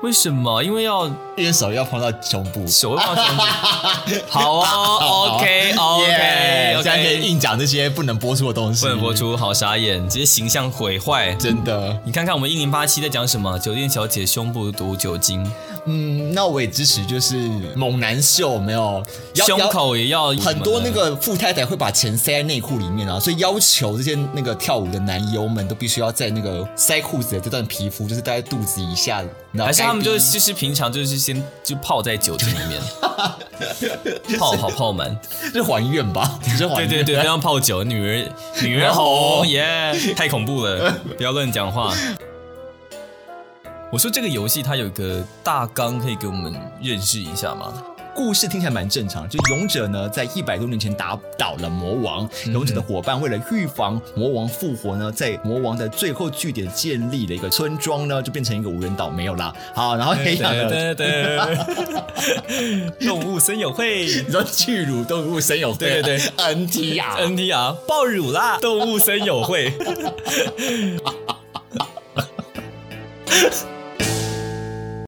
[SPEAKER 4] 为什么？因为要
[SPEAKER 5] 因为手要碰到胸部。
[SPEAKER 4] 手会放松。
[SPEAKER 5] (laughs)
[SPEAKER 4] 好哦，OK OK，
[SPEAKER 5] 现在可以
[SPEAKER 4] OK，
[SPEAKER 5] 硬讲这些不能播出的东西，
[SPEAKER 4] 不能播，出，好傻眼，直接形象毁坏。
[SPEAKER 5] 真的。
[SPEAKER 4] 你看看我们一零八七在讲什么？酒店小姐胸部毒酒精，
[SPEAKER 5] 嗯，那我也支持，就是猛男秀没有要
[SPEAKER 4] 胸口也要
[SPEAKER 5] 要很多那个富太太会把钱塞在内裤里面啊，所以要求这些那个跳舞的男优们都必须要在那个塞裤子的这段皮肤，就是戴在肚子以下，你知道哎
[SPEAKER 4] 还是他们
[SPEAKER 5] 该
[SPEAKER 4] 就
[SPEAKER 5] 逼
[SPEAKER 4] 是就是平常就是先就泡在酒精里面，
[SPEAKER 5] (laughs)
[SPEAKER 4] 泡好泡满，
[SPEAKER 5] 是还愿吧？ (laughs) 是还
[SPEAKER 4] 对
[SPEAKER 5] 愿
[SPEAKER 4] 对 (laughs) 对，这样泡酒，女人女人红耶太恐怖了， (laughs) 不要乱讲话。我说这个游戏它有一个大纲，可以给我们认识一下吗？
[SPEAKER 5] 故事听起来蛮正常，就勇者呢，在一百多年前打倒了魔
[SPEAKER 4] 嗯
[SPEAKER 5] 王，勇者的伙伴为了预防魔王复活呢，在魔王的最后据点建立了一个村庄呢，就变成一个无人岛，没有啦。好，然后培养了。
[SPEAKER 4] (laughs) 动物森友会
[SPEAKER 5] 你说巨乳动物森友会，
[SPEAKER 4] 对 (laughs) 对对
[SPEAKER 5] ，NT 啊，
[SPEAKER 4] NTR 爆乳啦，动物森友会。